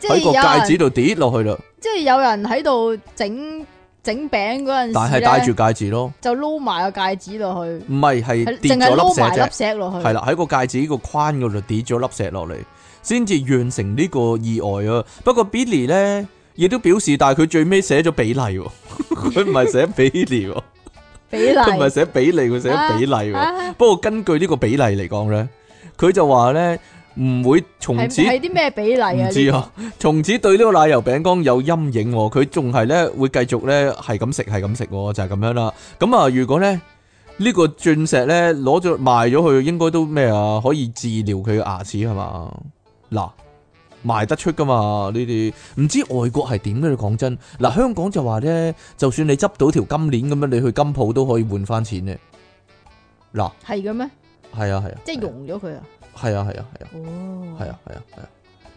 S2: 即
S1: 喺
S2: 係
S1: 個
S2: 有
S1: 戒指
S2: 人，
S1: 度跌落去啦，
S2: 即係有人喺度整整餅嗰
S1: 但
S2: 陣時
S1: 係戴
S2: 咧，
S1: 住戒指咯，
S2: 就撈埋個戒指落去，
S1: 唔係係
S2: 係
S1: 跌
S2: 淨係
S1: 咗粒
S2: 撈
S1: 石
S2: 埋
S1: 啫
S2: 粒。石落去，
S1: 係啦，喺個戒指個框嗰度跌咗粒石落嚟，先至釀成呢個意外啊！不過 Billy 咧，亦都表示，但係佢最尾寫咗比例 喎，佢唔係寫比利喎，
S2: 比例
S1: 佢唔係寫比利，佢寫比例喎。
S2: 啊
S1: 不過根據呢個比例嚟講咧，佢就話咧唔會從
S2: 係
S1: 此
S2: 係啲咩比例啊？
S1: 唔知啊，從此對呢個奶油餅乾有陰影喎，佢仲係咧會繼續咧係咁食係咁食喎，就係、咁樣啦。咁啊，如果咧呢個鑽石咧攞咗賣咗佢，應該都咩啊？可以治療佢嘅牙齒係啊嘛？嗱，賣得出噶嘛呢啲？唔知外國係點嘅？你講真，嗱香港就話咧，就算你執到條金鏈咁樣，你去金鋪都可以換翻錢嘅。嗱，
S2: 呢啲係嘅咩？
S1: 係啊係啊，
S2: 即係溶咗佢啊？
S1: 係啊係啊係啊
S2: 哦，
S1: 係。啊係啊係啊。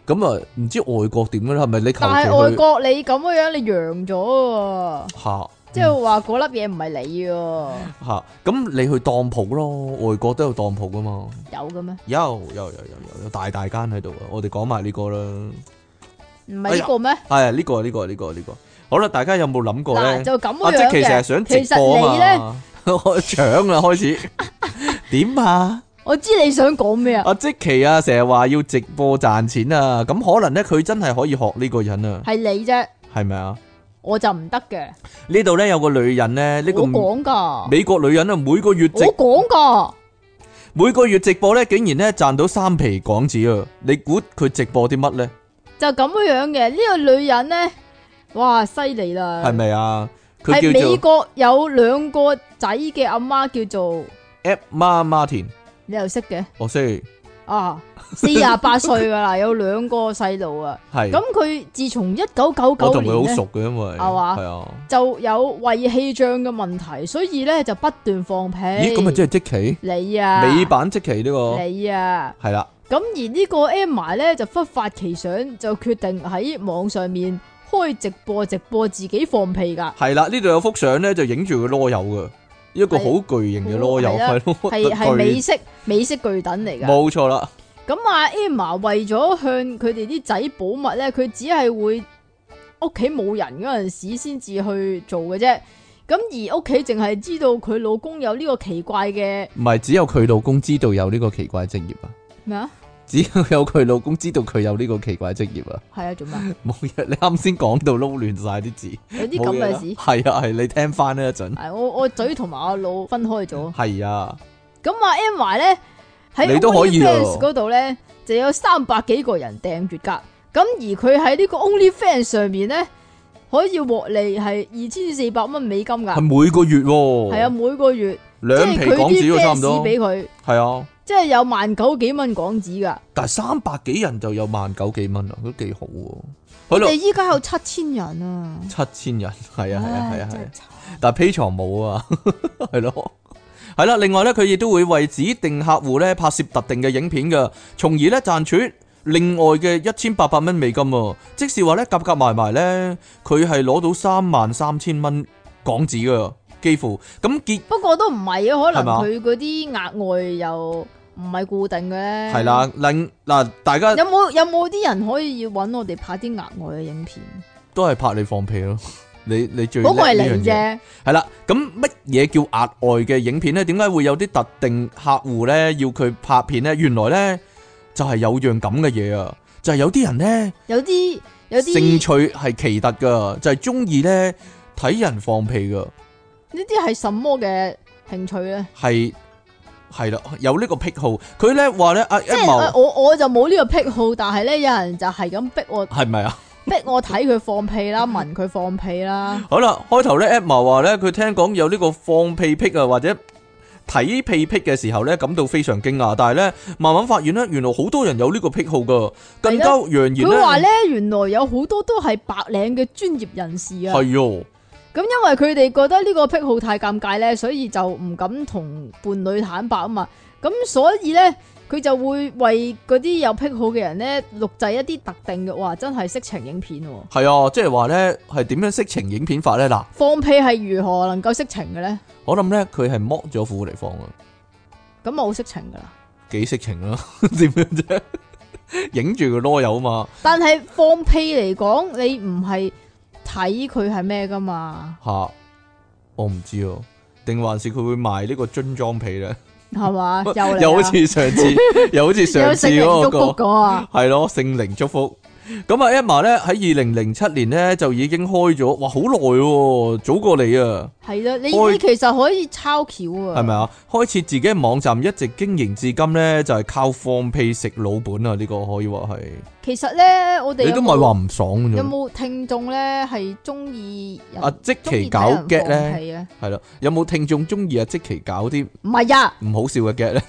S1: 咁啊，唔知外國點嘅咧？係咪你求
S2: 但
S1: 其
S2: 係外
S1: 去
S2: 國你咁樣樣，你揚咗喎，
S1: 吓
S2: 即
S1: 嗯
S2: 係話嗰粒嘢唔係你喎，
S1: 吓，嗯咁你去當鋪咯，外國都有當鋪噶嘛，
S2: 有嘅咩？
S1: 有有有有有有大大間喺度啊！我哋講埋呢個啦，
S2: 唔
S1: 哎呀
S2: 係呢個咩？
S1: 係啊呢個呢個呢個呢個，好啦，大家有冇諗過
S2: 嗱，
S1: 咧？
S2: 就咁
S1: 阿
S2: 樣
S1: 即
S2: 嘅。
S1: 其實係想直
S2: 其實
S1: 播
S2: 你
S1: 啊
S2: 咧，
S1: 嘛， 我搶啦開始 點啊？
S2: 我知你想講咩啊？
S1: 阿即奇啊，成日話要直播賺錢啊，咁可能咧佢真係可以學呢個人啊，
S2: 係你啫，
S1: 係咪啊？
S2: 我就唔得嘅。
S1: 呢度咧有個女人咧，呢個
S2: 我講噶，
S1: 美國女人啊，每個月
S2: 我
S1: 直
S2: 講噶，
S1: 每個月直播咧，竟然咧賺到三皮港紙啊！你估佢直播啲乜咧？
S2: 就咁樣嘅。呢個女人咧，哇，犀利啦！
S1: 係咪啊？佢
S2: 喺
S1: 叫
S2: 美
S1: 做
S2: 國有兩個仔嘅阿媽叫做
S1: Emma Martin，哦
S2: 你又識嘅
S1: 我識
S2: 啊，四廿八歲噶啦，有兩個細路啊。
S1: 係
S2: 咁。佢自從一九九
S1: 我
S2: 九
S1: 同佢
S2: 年
S1: 好
S2: 咧
S1: 熟嘅，因為
S2: 係嘛
S1: 係啊。
S2: 就有胃氣脹嘅問題，所以咧就不斷放屁。
S1: 咦，咁咪即係即期
S2: 你啊，
S1: 美版即期呢個
S2: 你啊。
S1: 係啦，
S2: 咁而呢個 Emma 咧就忽發奇想，就決定喺網上面開直播，直播自己放屁㗎，
S1: 係啦，呢度有幅相咧，就影住佢籮柚嘅，一個好
S2: 係
S1: 巨型嘅籮柚，
S2: 好
S1: 係咯，
S2: 係係美
S1: 巨
S2: 式美式巨等嚟㗎。
S1: 冇錯啦，
S2: 咁啊 Emma 為咗向佢哋啲仔保密咧，佢只係會屋企冇人嗰陣時先至去做嘅啫。咁而屋企淨係知道佢老公有呢個奇怪嘅
S1: 唔係只有佢老公知道有呢個奇怪職業啊，
S2: 咩啊？
S1: 只有佢老公知道佢有呢個奇怪職業啊，
S2: 係啊，做咩？
S1: 冇嘢，你啱先講到撈亂晒啲字，
S2: 有啲
S1: 冇
S2: 咁
S1: 嘢
S2: 嘅啊
S1: 啦
S2: 事。
S1: 係啊係，你聽翻呢一陣，
S2: 係我我嘴同埋我腦分開咗。
S1: 係啊，
S2: 咁啊 Emma 咧喺
S1: 你都可以啊喎
S2: OnlyFans 嗰度咧就有三百幾個人訂閱噶，咁而佢喺呢個 OnlyFans 上面咧可以獲利係二千四百蚊美金噶
S1: 係，每個月喎，
S2: 啊係啊，每個月，即
S1: 兩
S2: 係
S1: 皮
S2: 佢
S1: 港紙
S2: 啲
S1: 喎差唔
S2: fans
S1: 多，
S2: 俾佢，
S1: 係啊。
S2: 即係有萬九幾蚊港紙噶。
S1: 但系三百幾人就有萬九幾蚊啦，啊都幾好喎。好
S2: 我
S1: 啦
S2: 哋，依家有七千人啊，
S1: 七千人，係啊係啊
S2: 唉
S1: 係啊係
S2: 真
S1: 啊
S2: 係，慘
S1: 但系 P 床冇啊， 係咯。係啦，另外咧，佢亦都會為指定客戶咧拍攝特定嘅影片噶，從而咧賺取另外嘅一千八百蚊美金喎。即是話咧，夾夾埋埋咧，佢係攞到三萬三千蚊港紙噶，幾乎咁結
S2: 不過都唔係啊，可
S1: 係嘛
S2: 能佢嗰啲額外又唔係固定嘅咧。
S1: 係啦。另嗱，大家
S2: 有冇有冇啲人可以揾我哋拍啲額外嘅影片？
S1: 都係拍你放屁咯，你你最
S2: 嗰個係
S1: 叻呢樣
S2: 你
S1: 嘢
S2: 啫。
S1: 系啦，咁乜嘢叫額外嘅影片呢？點解會有啲特定客户呢要佢拍片呢？原來呢，就係有樣咁嘅嘢啊，就係有啲人呢，
S2: 有啲有
S1: 興
S2: 啲
S1: 趣係奇特噶，就係中意呢睇人放屁噶，
S2: 呢啲係什麼嘅興趣咧？
S1: 係係啦，有呢個癖好。佢呢話呢，阿啊一
S2: 即係
S1: 毛
S2: 呃我我就冇呢個癖好，但係咧有人就係咁逼 我
S1: 係咪啊？
S2: 逼我睇佢放屁啦，聞佢放 屁啦，
S1: 好啦，開頭咧 e m m a 話咧，佢聽講有呢個放屁癖啊，或者睇屁癖嘅時候咧，感到非常驚訝。但係咧，慢慢發現咧，原來好多人有呢個癖好噶，更加揚言
S2: 佢話
S1: 咧，
S2: 咧原來有好多都係白領嘅專業人士啊。
S1: 係喎，
S2: 咁因為佢哋覺得呢個癖好太尷尬咧，所以就唔敢同伴侶坦白啊嘛。咁所以咧，佢就會為嗰啲有癖好嘅人咧錄製一啲特定嘅，哇！真係色情影片喎。
S1: 係啊，即係話咧，係點樣色情影片法咧？嗱，
S2: 放屁係如何能夠色情嘅咧？
S1: 我諗咧，佢係剝咗褲嚟放啊，
S2: 咁冇色情噶啦。
S1: 幾色情啦， 點樣啫？影住個啰柚啊嘛，
S2: 但系放屁嚟講，你唔係睇佢係咩噶嘛，
S1: 吓，我唔知哦，定還是佢會賣呢個樽裝被咧？
S2: 係嘛？又嚟啦
S1: 又好似上次，又好似上
S2: 有
S1: 次
S2: 食人
S1: 嗰
S2: 喐
S1: 個
S2: 喐。咁啊！
S1: 系咯，聖靈祝福。咁啊，Emma 咧喺二零零七年咧就已經開咗，哇，好耐喎，早過你啊，
S2: 係啦，你
S1: 開
S2: 你其實可以抄橋啊，
S1: 係咪？啊？開設自己嘅網站，一直經營至今咧，就係、靠放屁食老本啊！呢、個可以話係，
S2: 其實咧，我哋
S1: 你
S2: 有
S1: 都
S2: 冇
S1: 咪話唔爽嘅
S2: 有
S1: 啫。
S2: 冇聽眾咧係中意人
S1: 阿即
S2: 鍾
S1: 奇
S2: 意
S1: 搞
S2: 睇人
S1: get
S2: 放
S1: 咧，
S2: 屁啊？
S1: 係咯，有冇聽眾中意啊？即奇搞啲
S2: 唔係啊，
S1: 唔好笑嘅 get 咧？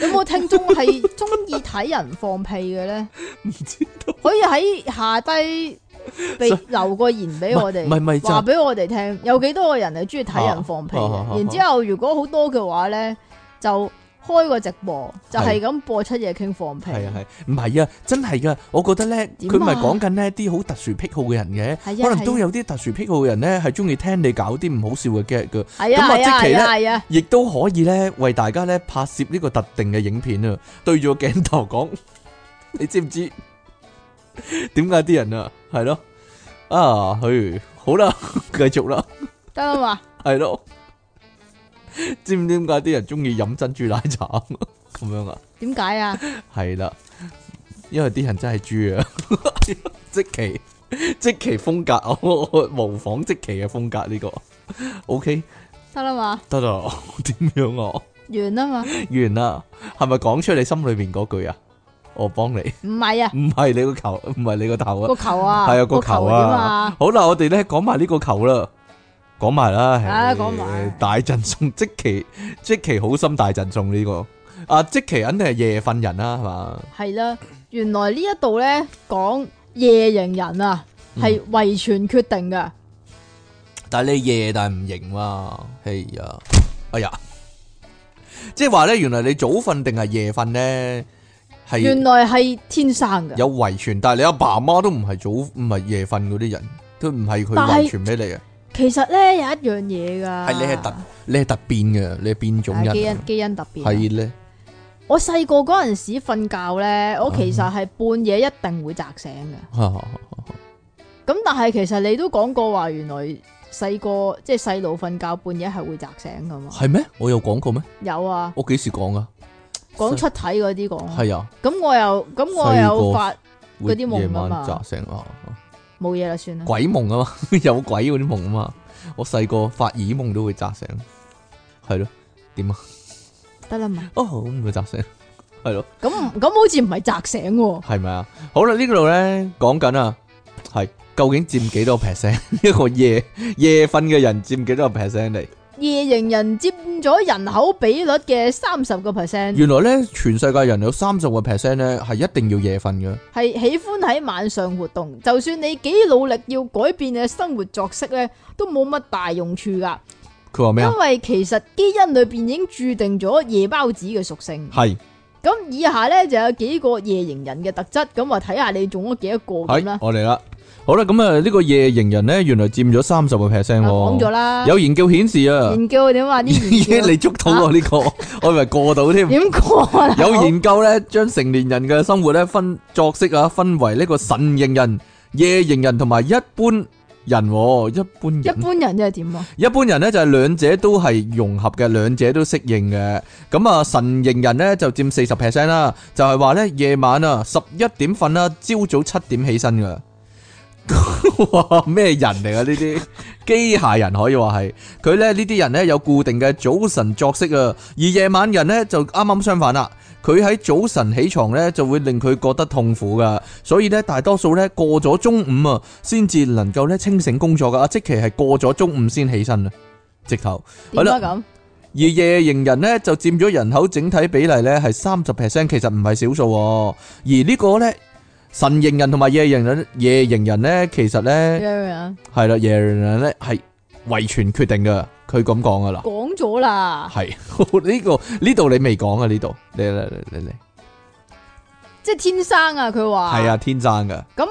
S2: 有冇聽眾 係中意睇人放屁嘅咧？
S1: 唔知道，
S2: 可以喺下低俾留個言俾我哋，
S1: 唔係唔係就
S2: 話俾我哋聽，有幾多個人係中意睇人放屁嘅
S1: 啊啊啊啊
S2: 然之後如果好多嘅話咧，就開個直播，就係咁播出嘢傾放屁。
S1: 係啊係，唔係啊，真係噶，我覺得咧，
S2: 點啊
S1: 佢咪講緊呢啲好特殊癖好嘅人嘅。
S2: 係啊，
S1: 可能都有啲特殊癖好嘅人咧，係中意聽你搞啲唔好笑嘅 get 嘅，
S2: 係啊，
S1: 咁啊
S2: 係啊，
S1: 即期
S2: 係
S1: 咧
S2: 啊，係啊，
S1: 亦都可以咧為大家咧拍攝呢個特定嘅影片啊，對住個鏡頭講，你知唔知點解啲人啊，係咯，啊，去好啦，繼續啦，
S2: 得啦嘛，
S1: 係咯，知唔知點解啲人中意飲珍珠奶茶咁樣啊？
S2: 點解啊？
S1: 係啦，因為啲人真係豬啊，即奇即其風格，我 我模仿即其嘅風格呢、個。O K，
S2: 得啦嘛，
S1: 得啦， 點樣啊？
S2: 完啦嘛，
S1: 完啦，係咪講出你心裏面嗰句啊？我幫你，
S2: 唔係啊，
S1: 唔係你個球，唔係你個頭啊
S2: 個，球啊，
S1: 係啊
S2: 個
S1: 個
S2: 球
S1: 球
S2: 點
S1: 啊
S2: 啊。？
S1: 好啦，我哋咧講埋呢個球啦，講埋啦，唉
S2: 啊講埋
S1: 大贈送，即其即其好心大贈送呢個。啊，即其肯定係夜瞓人啦，係嘛？
S2: 係啦，原來呢一度咧講夜型人啊，
S1: 嗯
S2: 係遺傳決定嘅，
S1: 但系你夜但系唔型嘛，哎呀，哎呀，即系话咧，原来你早瞓定系夜瞓咧，系
S2: 原來係天生嘅。
S1: 有遗传，但系你阿爸阿妈都唔系早唔系夜瞓嗰啲人，都唔系
S2: 但
S1: 佢
S2: 係
S1: 遗传俾你嘅，
S2: 其實咧有一樣嘢㗎，啊
S1: 系你系突你系突变嘅，你系变种
S2: 係基
S1: 人啊
S2: 因基因特別。
S1: 系咧，
S2: 我細個嗰陣時瞓覺咧，
S1: 嗯
S2: 我其實係半夜一定會扎醒嘅。咁但係其實你都講過話，原來細個即係細路瞓覺半夜係會扎醒噶嘛？
S1: 系咩？我有讲过咩？
S2: 有啊，
S1: 我几时讲啊？
S2: 講出體嗰啲講。
S1: 系啊，
S2: 咁我又咁我
S1: 細個
S2: 有發
S1: 會
S2: 嗰啲夢
S1: 夜
S2: 㗎嘛
S1: 晚扎醒啊，
S2: 冇嘢啦，算啦。
S1: 鬼梦啊嘛， 有鬼嗰啲梦啊嘛，我细个发耳梦都会扎醒，系咯，点啊？
S2: 得啦嘛。
S1: 哦，咁咪扎醒，系咯，
S2: 咁唔咁好似唔係扎醒喎，
S1: 系咪啊？好啦，呢度咧讲緊啊，係究竟佔幾多 percent 一個夜夜瞓嘅人佔幾多個 percent 嚟？
S2: 夜型人佔咗人口比率嘅三十個 percent，
S1: 原來咧，全世界人有三十個 percent 咧係一定要夜瞓嘅，
S2: 係喜歡喺晚上活動。就算你幾努力要改變嘅生活作息咧，都冇乜大用處㗎。
S1: 佢話咩啊
S2: 因？為其實基因裏边已經注定咗夜包子嘅屬性。
S1: 係
S2: 咁以下咧就有幾個夜型人嘅特質，咁啊睇下你中咗幾多個咁
S1: 係
S2: 啦。
S1: 我嚟啦。好啦，咁啊呢個夜型人咧，原來佔咗三十個 percent
S2: 講咗
S1: 喎。
S2: 啦，
S1: 有研究顯示啊，
S2: 研究 點話啲研 究
S1: 你捉到我呢個，我以為過到添。
S2: 點過啦？
S1: 有研究咧，將成年人嘅生活咧分作息啊，分為呢個晨型人、夜型人同埋一般人喎。一般
S2: 一
S1: 人，
S2: 般人即係點啊？
S1: 一般人咧就係兩者都係融合嘅，兩者都適應嘅。咁啊，晨型人咧就佔四十 percent 啦，就係話咧夜晚啊十一點瞓啦，朝早七點起身噶。 哇！咩人嚟噶呢啲機械人可以話係佢咧呢啲人咧有固定嘅早晨作息啊，而夜晚人咧就啱啱相反啦。佢喺早晨起床咧就會令佢覺得痛苦噶，所以咧大多數咧過咗中午啊，先至能夠咧清醒工作噶。啊阿即其係過咗中午先起身啊，直頭。好
S2: 點
S1: 啦
S2: 啊咁？
S1: 而夜型人呢，就佔咗人口整體比例呢係三十 percent，其實唔係少數喎。而呢個呢，晨型人同埋夜型人，夜型人呢，其實呢，
S2: 樣
S1: 係啦，夜型人呢係遺傳決定嘅，佢咁講噶啦，
S2: 講咗啦，
S1: 係 呢、個呢度你未講啊，呢度你嚟嚟嚟嚟，
S2: 即係天生啊！佢話
S1: 係啊，，天生噶，
S2: 咁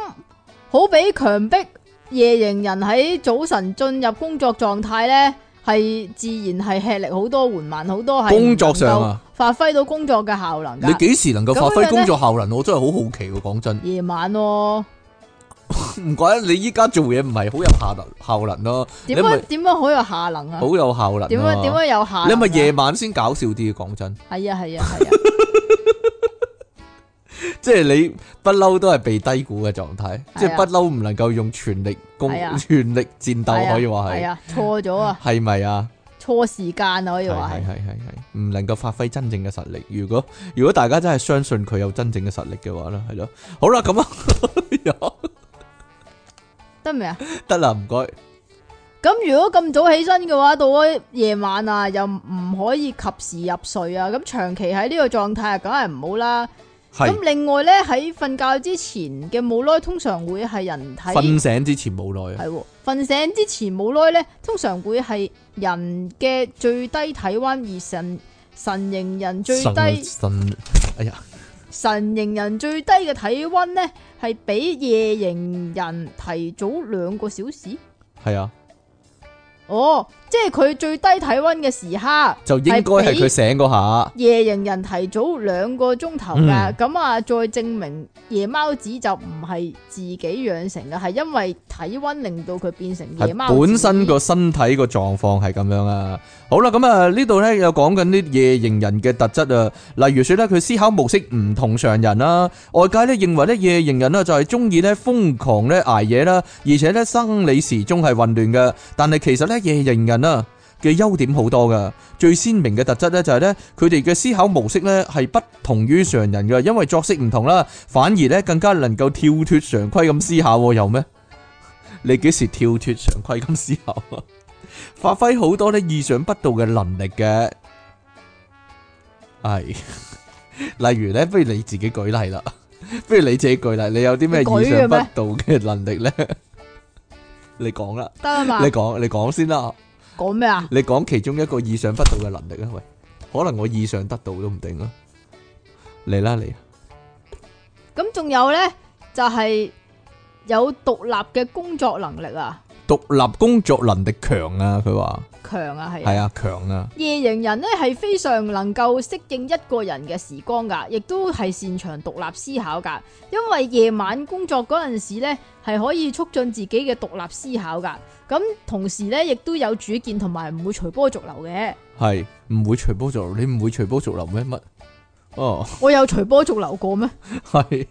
S2: 好比強迫夜型人喺早晨進入工作狀態咧，係自然係吃力好多、緩慢好多，係
S1: 工作上啊，
S2: 發揮到工作嘅效能
S1: 你
S2: 㗎。
S1: 幾時能夠
S2: 咁
S1: 發
S2: 樣
S1: 揮
S2: 呢
S1: 工作效能？我真係好好奇喎，講真。
S2: 夜晚咯，
S1: 唔怪得你依家做嘢唔係好有效能效能咯，你
S2: 點
S1: 咪
S2: 樣點樣好有下能啊
S1: 好？有效能啊。
S2: 點樣點樣有下能啊？
S1: 你咪夜晚先搞笑啲，講真。
S2: 係啊係啊係啊，
S1: 即係你不嬲都係被低估嘅狀態，
S2: 啊
S1: 即係不嬲唔能夠用全力攻、
S2: 係啊
S1: 全力戰鬥，可以話
S2: 係
S1: 係，
S2: 啊錯咗 啊，
S1: 係咪啊？
S2: 錯時間啊可以
S1: 係係
S2: 話係。
S1: 係係係，唔能夠發揮真正嘅實力。如果如果大家真係相信佢有真正嘅實力嘅話啦，係咯。好啦，咁啊，
S2: 得未啊？
S1: 得啦，唔該。
S2: 咁如果咁早起身嘅話，到咗夜晚啊，又唔可以及時入睡啊，咁長期喺呢個狀態啊，梗係唔好啦。咁
S1: 係
S2: 另外咧，喺瞓覺之前嘅冇耐，通常會係人體
S1: 瞓醒之前冇耐啊，
S2: 係喎，瞓醒之前冇耐咧，通常會係人嘅最低體温，而神神形人最低。
S1: 神哎呀，
S2: 晨型人最低嘅體温呢，係比夜型人提早兩個小時。
S1: 係啊，
S2: 哦，即系佢最低体温嘅時刻，
S1: 就應該係佢醒嗰下，
S2: 夜型人提早兩個鐘頭
S1: 嗯
S2: 噶，咁啊、再證明夜貓子就唔係自己養成嘅，係因為體温令到佢變成夜貓子。
S1: 係本身個身體個狀況係咁樣啊。好啦，咁啊呢度呢又講緊啲夜型人嘅特質啊，例如說呢，佢思考模式唔同常人啦，外界呢認為呢夜型人呢就係中意呢瘋狂呢捱夜啦，而且呢生理時鐘係混亂嘅，但係其實呢夜型人啊。嘅優點好多噶，最鮮明嘅特質呢，就係呢，佢哋嘅思考模式呢係不同於常人嘅，因為作息唔同啦，反而呢更加能夠跳脱常規咁思考喎，又咩？ 你幾時跳脱常規咁思考啊？ 發揮好多呢意想不到嘅能力嘅，係， 例如呢，不如你自己舉例啦， 不如你自己舉例，你有啲咩
S2: 你舉嘅
S1: 意
S2: 咩
S1: 想不到嘅能力呢？ 你講啦，
S2: 得啊嘛
S1: 你，講，你講先啦。
S2: 講咩啊？
S1: 你講其中一個意想不到嘅能力啊，喂，可能我意想得到都唔定啊。嚟啦，嚟啊，
S2: 咁仲有咧，就係有獨立嘅工作能力啊，
S1: 獨立工作能力強啊，佢話
S2: 強啊係啊
S1: 係。啊，強啊，
S2: 夜型人咧係非常能夠適應一個人嘅時光噶，亦都係擅長獨立思考噶。因為夜晚工作嗰陣時咧，係可以促進自己嘅獨立思考噶。咁同時咧，亦都有主見同埋唔會隨波逐流嘅。
S1: 係唔會隨波逐流，你唔會隨波逐流咩乜？哦，
S2: 我有隨波逐流過咩？
S1: 係。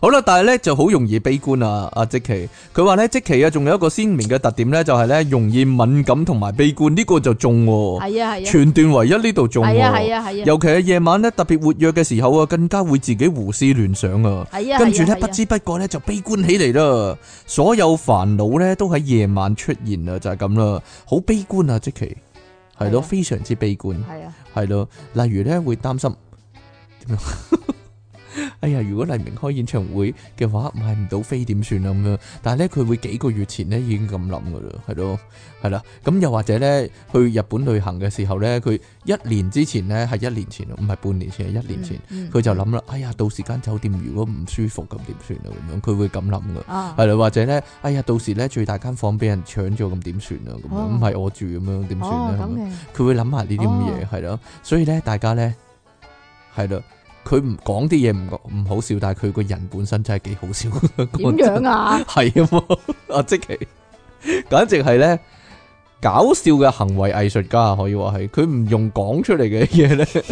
S1: 好啦，但係咧就好容易悲觀啊！阿即奇，佢話咧即奇啊，仲有一個鮮明嘅特點咧，就係咧容易敏感同埋悲觀，呢、個就中喎，
S2: 係啊係啊，
S1: 全段唯一呢度中
S2: 係啊係
S1: 喎，
S2: 啊係啊，
S1: 尤其係夜晚咧特別活躍嘅時候啊，更加會自己胡思亂想啊。
S2: 係啊，
S1: 跟住
S2: 係
S1: 咧，
S2: 啊
S1: 不知不覺咧就悲觀起嚟啦。所有煩惱咧都喺夜晚出現啦，就係咁啦，好悲觀啊！即其係
S2: 係
S1: 咯，
S2: 啊
S1: 非常之悲觀，
S2: 係啊，
S1: 係咯。例如咧會擔心 點樣？哎呀，如果黎明開演唱會嘅話，買唔到飛點算啊咁樣？但係咧，佢會幾個月前咧已經咁諗噶啦，係咯，係啦。咁又或者咧，去日本旅行嘅時候咧，佢一年之前咧係一年前，唔係半年前，係一年前。
S2: 嗯
S1: 佢就諗啦，哎呀，到時間酒店如果唔舒服咁點算啊？咁樣佢會咁諗噶，
S2: 啊
S1: 係啦，或者咧，哎呀，到時咧最大間房俾人搶咗咁點算啊？咁樣
S2: 哦
S1: 唔係我住咁樣點
S2: 哦
S1: 算咧？
S2: 咁
S1: 咁樣
S2: 嘅
S1: 佢會諗下呢啲咁嘢，
S2: 哦
S1: 係咯，所以咧大家咧係啦，佢唔講啲嘢唔唔好笑，但係佢個人本身真係幾好笑。講
S2: 點
S1: 真
S2: 樣啊？
S1: 係啊 嘛，阿即奇，簡直係咧搞笑嘅行為藝術家，可以話係佢唔用講出嚟嘅嘢咧，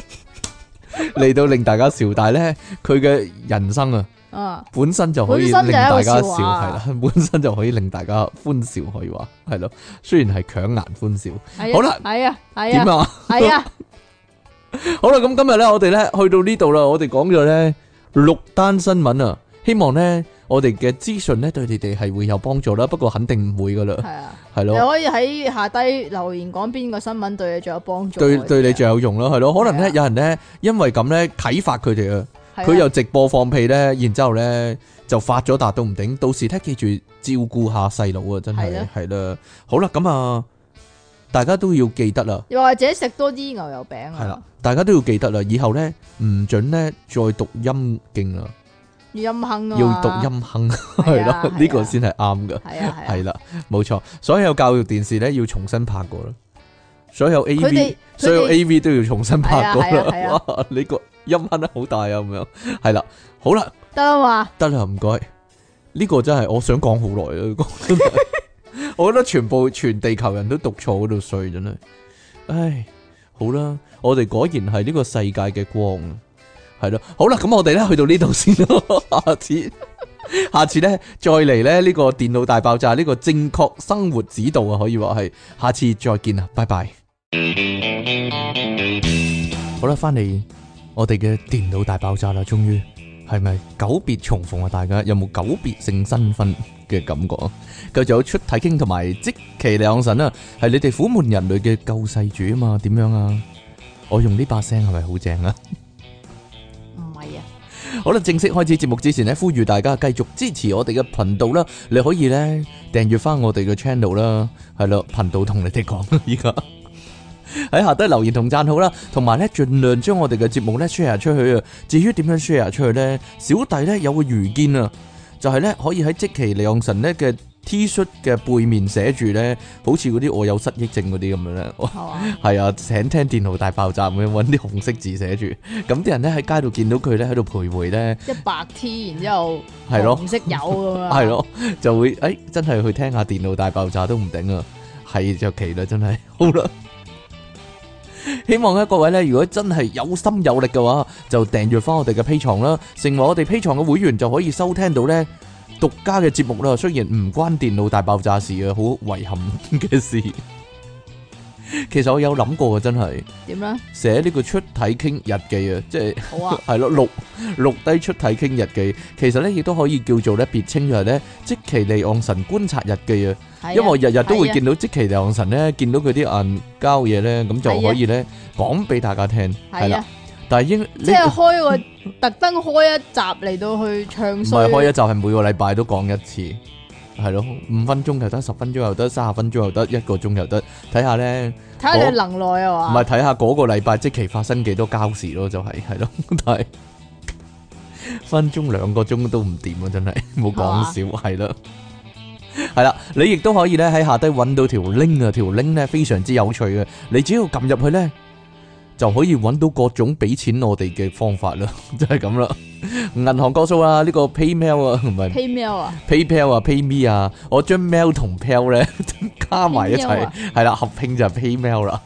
S1: 嚟到令大家笑，但係咧佢嘅人生啊，
S2: 啊，
S1: 本身就可以
S2: 本
S1: 令
S2: 身就係一
S1: 大
S2: 個
S1: 家笑，
S2: 笑
S1: 係
S2: 話
S1: 啦， 本身就可以令大家歡笑，可以話係咯。雖然係強顏歡笑，
S2: 係啊
S1: 好啦
S2: 係啊，係
S1: 點
S2: 啊，
S1: 啊？
S2: 係 啊，
S1: 好啦，咁今日咧，我哋咧去到呢度啦，我哋講咗咧六單新聞啊，希望咧我哋嘅資訊咧對你哋係會有幫助啦，不過肯定唔會噶啦，
S2: 係 啊。
S1: 係
S2: 你
S1: 咯。
S2: 可以喺下低留言講邊個新聞對你最有幫助，
S1: 對對你最有用咯，係咯，可能咧
S2: 啊係啊
S1: 有人咧因為咁咧啟發佢哋啊，
S2: 係啊
S1: 佢又直播放屁咧，然之後咧就發咗達都唔頂，到時咧記住照顧下細佬啊，真
S2: 係
S1: 係
S2: 咯
S1: 係啦，好啦，咁啊，大家都要記得啦，
S2: 又或者食多啲牛油餅
S1: 係啦
S2: 啊，，
S1: 大家都要記得啦，以後咧唔准咧再讀音經啦，
S2: 要陰坑啊，
S1: 要讀，音哼， 係
S2: 係啊
S1: 咯，
S2: 係啊
S1: 呢個先係啱噶，
S2: 係啊係
S1: 係
S2: 啊，
S1: 啦，冇錯，所有教育電視咧要重新拍過啦，所有 A
S2: 佢
S1: V
S2: 哋。
S1: 所有
S2: 佢哋
S1: A.V. 都要重新拍過
S2: 係啊係
S1: 啦
S2: 啊。
S1: 哇！你個音坑得好大啊，咁樣係啦，好啦，
S2: 得啦嘛，
S1: 得啦，唔該。呢個真係我想講好耐啊！ 講真係我覺得全部全地球人都讀錯嗰度衰真係，唉，好啦，我哋果然係呢個世界嘅光啊，係咯，好啦，咁我哋咧去到呢度先咯， 下次。下次咧，再嚟咧呢個電腦大爆炸呢、個正確生活指導啊，可以話係。下次再見啊，拜拜。好啦，翻嚟我哋嘅電腦大爆炸啦，終於係咪久別重逢啊？大家有冇久別勝新婚嘅感覺啊？繼續有出體傾同埋即其兩神啊，係你哋苦悶人類嘅救世主啊嘛？點樣啊？我用呢把聲係咪好正啊？
S2: 唔係啊，
S1: 好啦，正式開始節目之前呢，呼籲大家繼續支持我哋嘅頻道啦。你可以呢訂閱翻我哋嘅 channel 啦，係啦，頻道同你哋講啦，依家 喺下低留言同讚好啦，同埋呢盡量將我哋嘅節目呢 share 出去啊。至於點樣 share 出去呢？小弟呢有個愚見啊，就係呢可以喺即其利用神呢嘅。 T 恤嘅背面寫住咧，好似嗰啲我有失憶症嗰啲咁樣咧。我
S2: 係嘛？
S1: 係啊，請聽電腦大爆炸咁樣揾啲紅色字寫住，咁啲人咧喺街度見到佢咧喺度徘徊咧，
S2: 即係白 T，然之後
S1: 係咯
S2: 紅色有咁樣，
S1: 係，咯，就會誒、哎真係去聽下電腦大爆炸都唔頂啊，係就奇啦，真係好啦。希望咧各位咧，如果真係有心有力嘅話，就訂閱翻我哋嘅 P 床啦，成為我哋 P 床嘅會員就可以收聽到咧獨家嘅節目啦。雖然唔關電腦大爆炸事啊，好遺憾嘅事。其實我有諗過啊，真係
S2: 點咧？
S1: 寫呢個出體傾日記啊，即係。
S2: 好啊，
S1: 系咯，錄錄低出體傾日記，其實咧亦都可以叫做咧別稱就係咧即其利昂神觀察日記啊，
S2: 係啊
S1: 因為我日日都會
S2: 係啊
S1: 見到即其利昂神咧，見到佢啲硬膠嘢咧，咁就可以咧講俾大家聽，係
S2: 係
S1: 啦
S2: 啊。，
S1: 但係應呢
S2: 即係開個特登開一集嚟到去唱
S1: 唔
S2: 衰，
S1: 係開一集係每個禮拜都講一次，係咯，五分鐘又得，十分鐘又得，三十分鐘又得，一個鐘又得，睇下咧。
S2: 睇下你能耐啊
S1: 唔
S2: 嘛
S1: 係，睇下嗰個禮拜即期發生幾多交事咯，就係 係咯，但係分鐘兩個鐘都唔掂啊，真係冇講笑，係啦。係啦，你亦都可以咧喺下低揾到條 link 啊，條 link 咧非常之有趣嘅，你只要撳入去咧就可以揾到各種俾錢我哋嘅方法啦， 就係咁啦。銀行個數啊，呢、個 PayMail 啊，唔係
S2: PayMail 啊，
S1: PayPal 啊、PayMe 啊，我將 mail 同 pal 咧 加埋一
S2: PayMail
S1: 齊
S2: 啊，
S1: 係啦，合拼就係 PayMail 啦。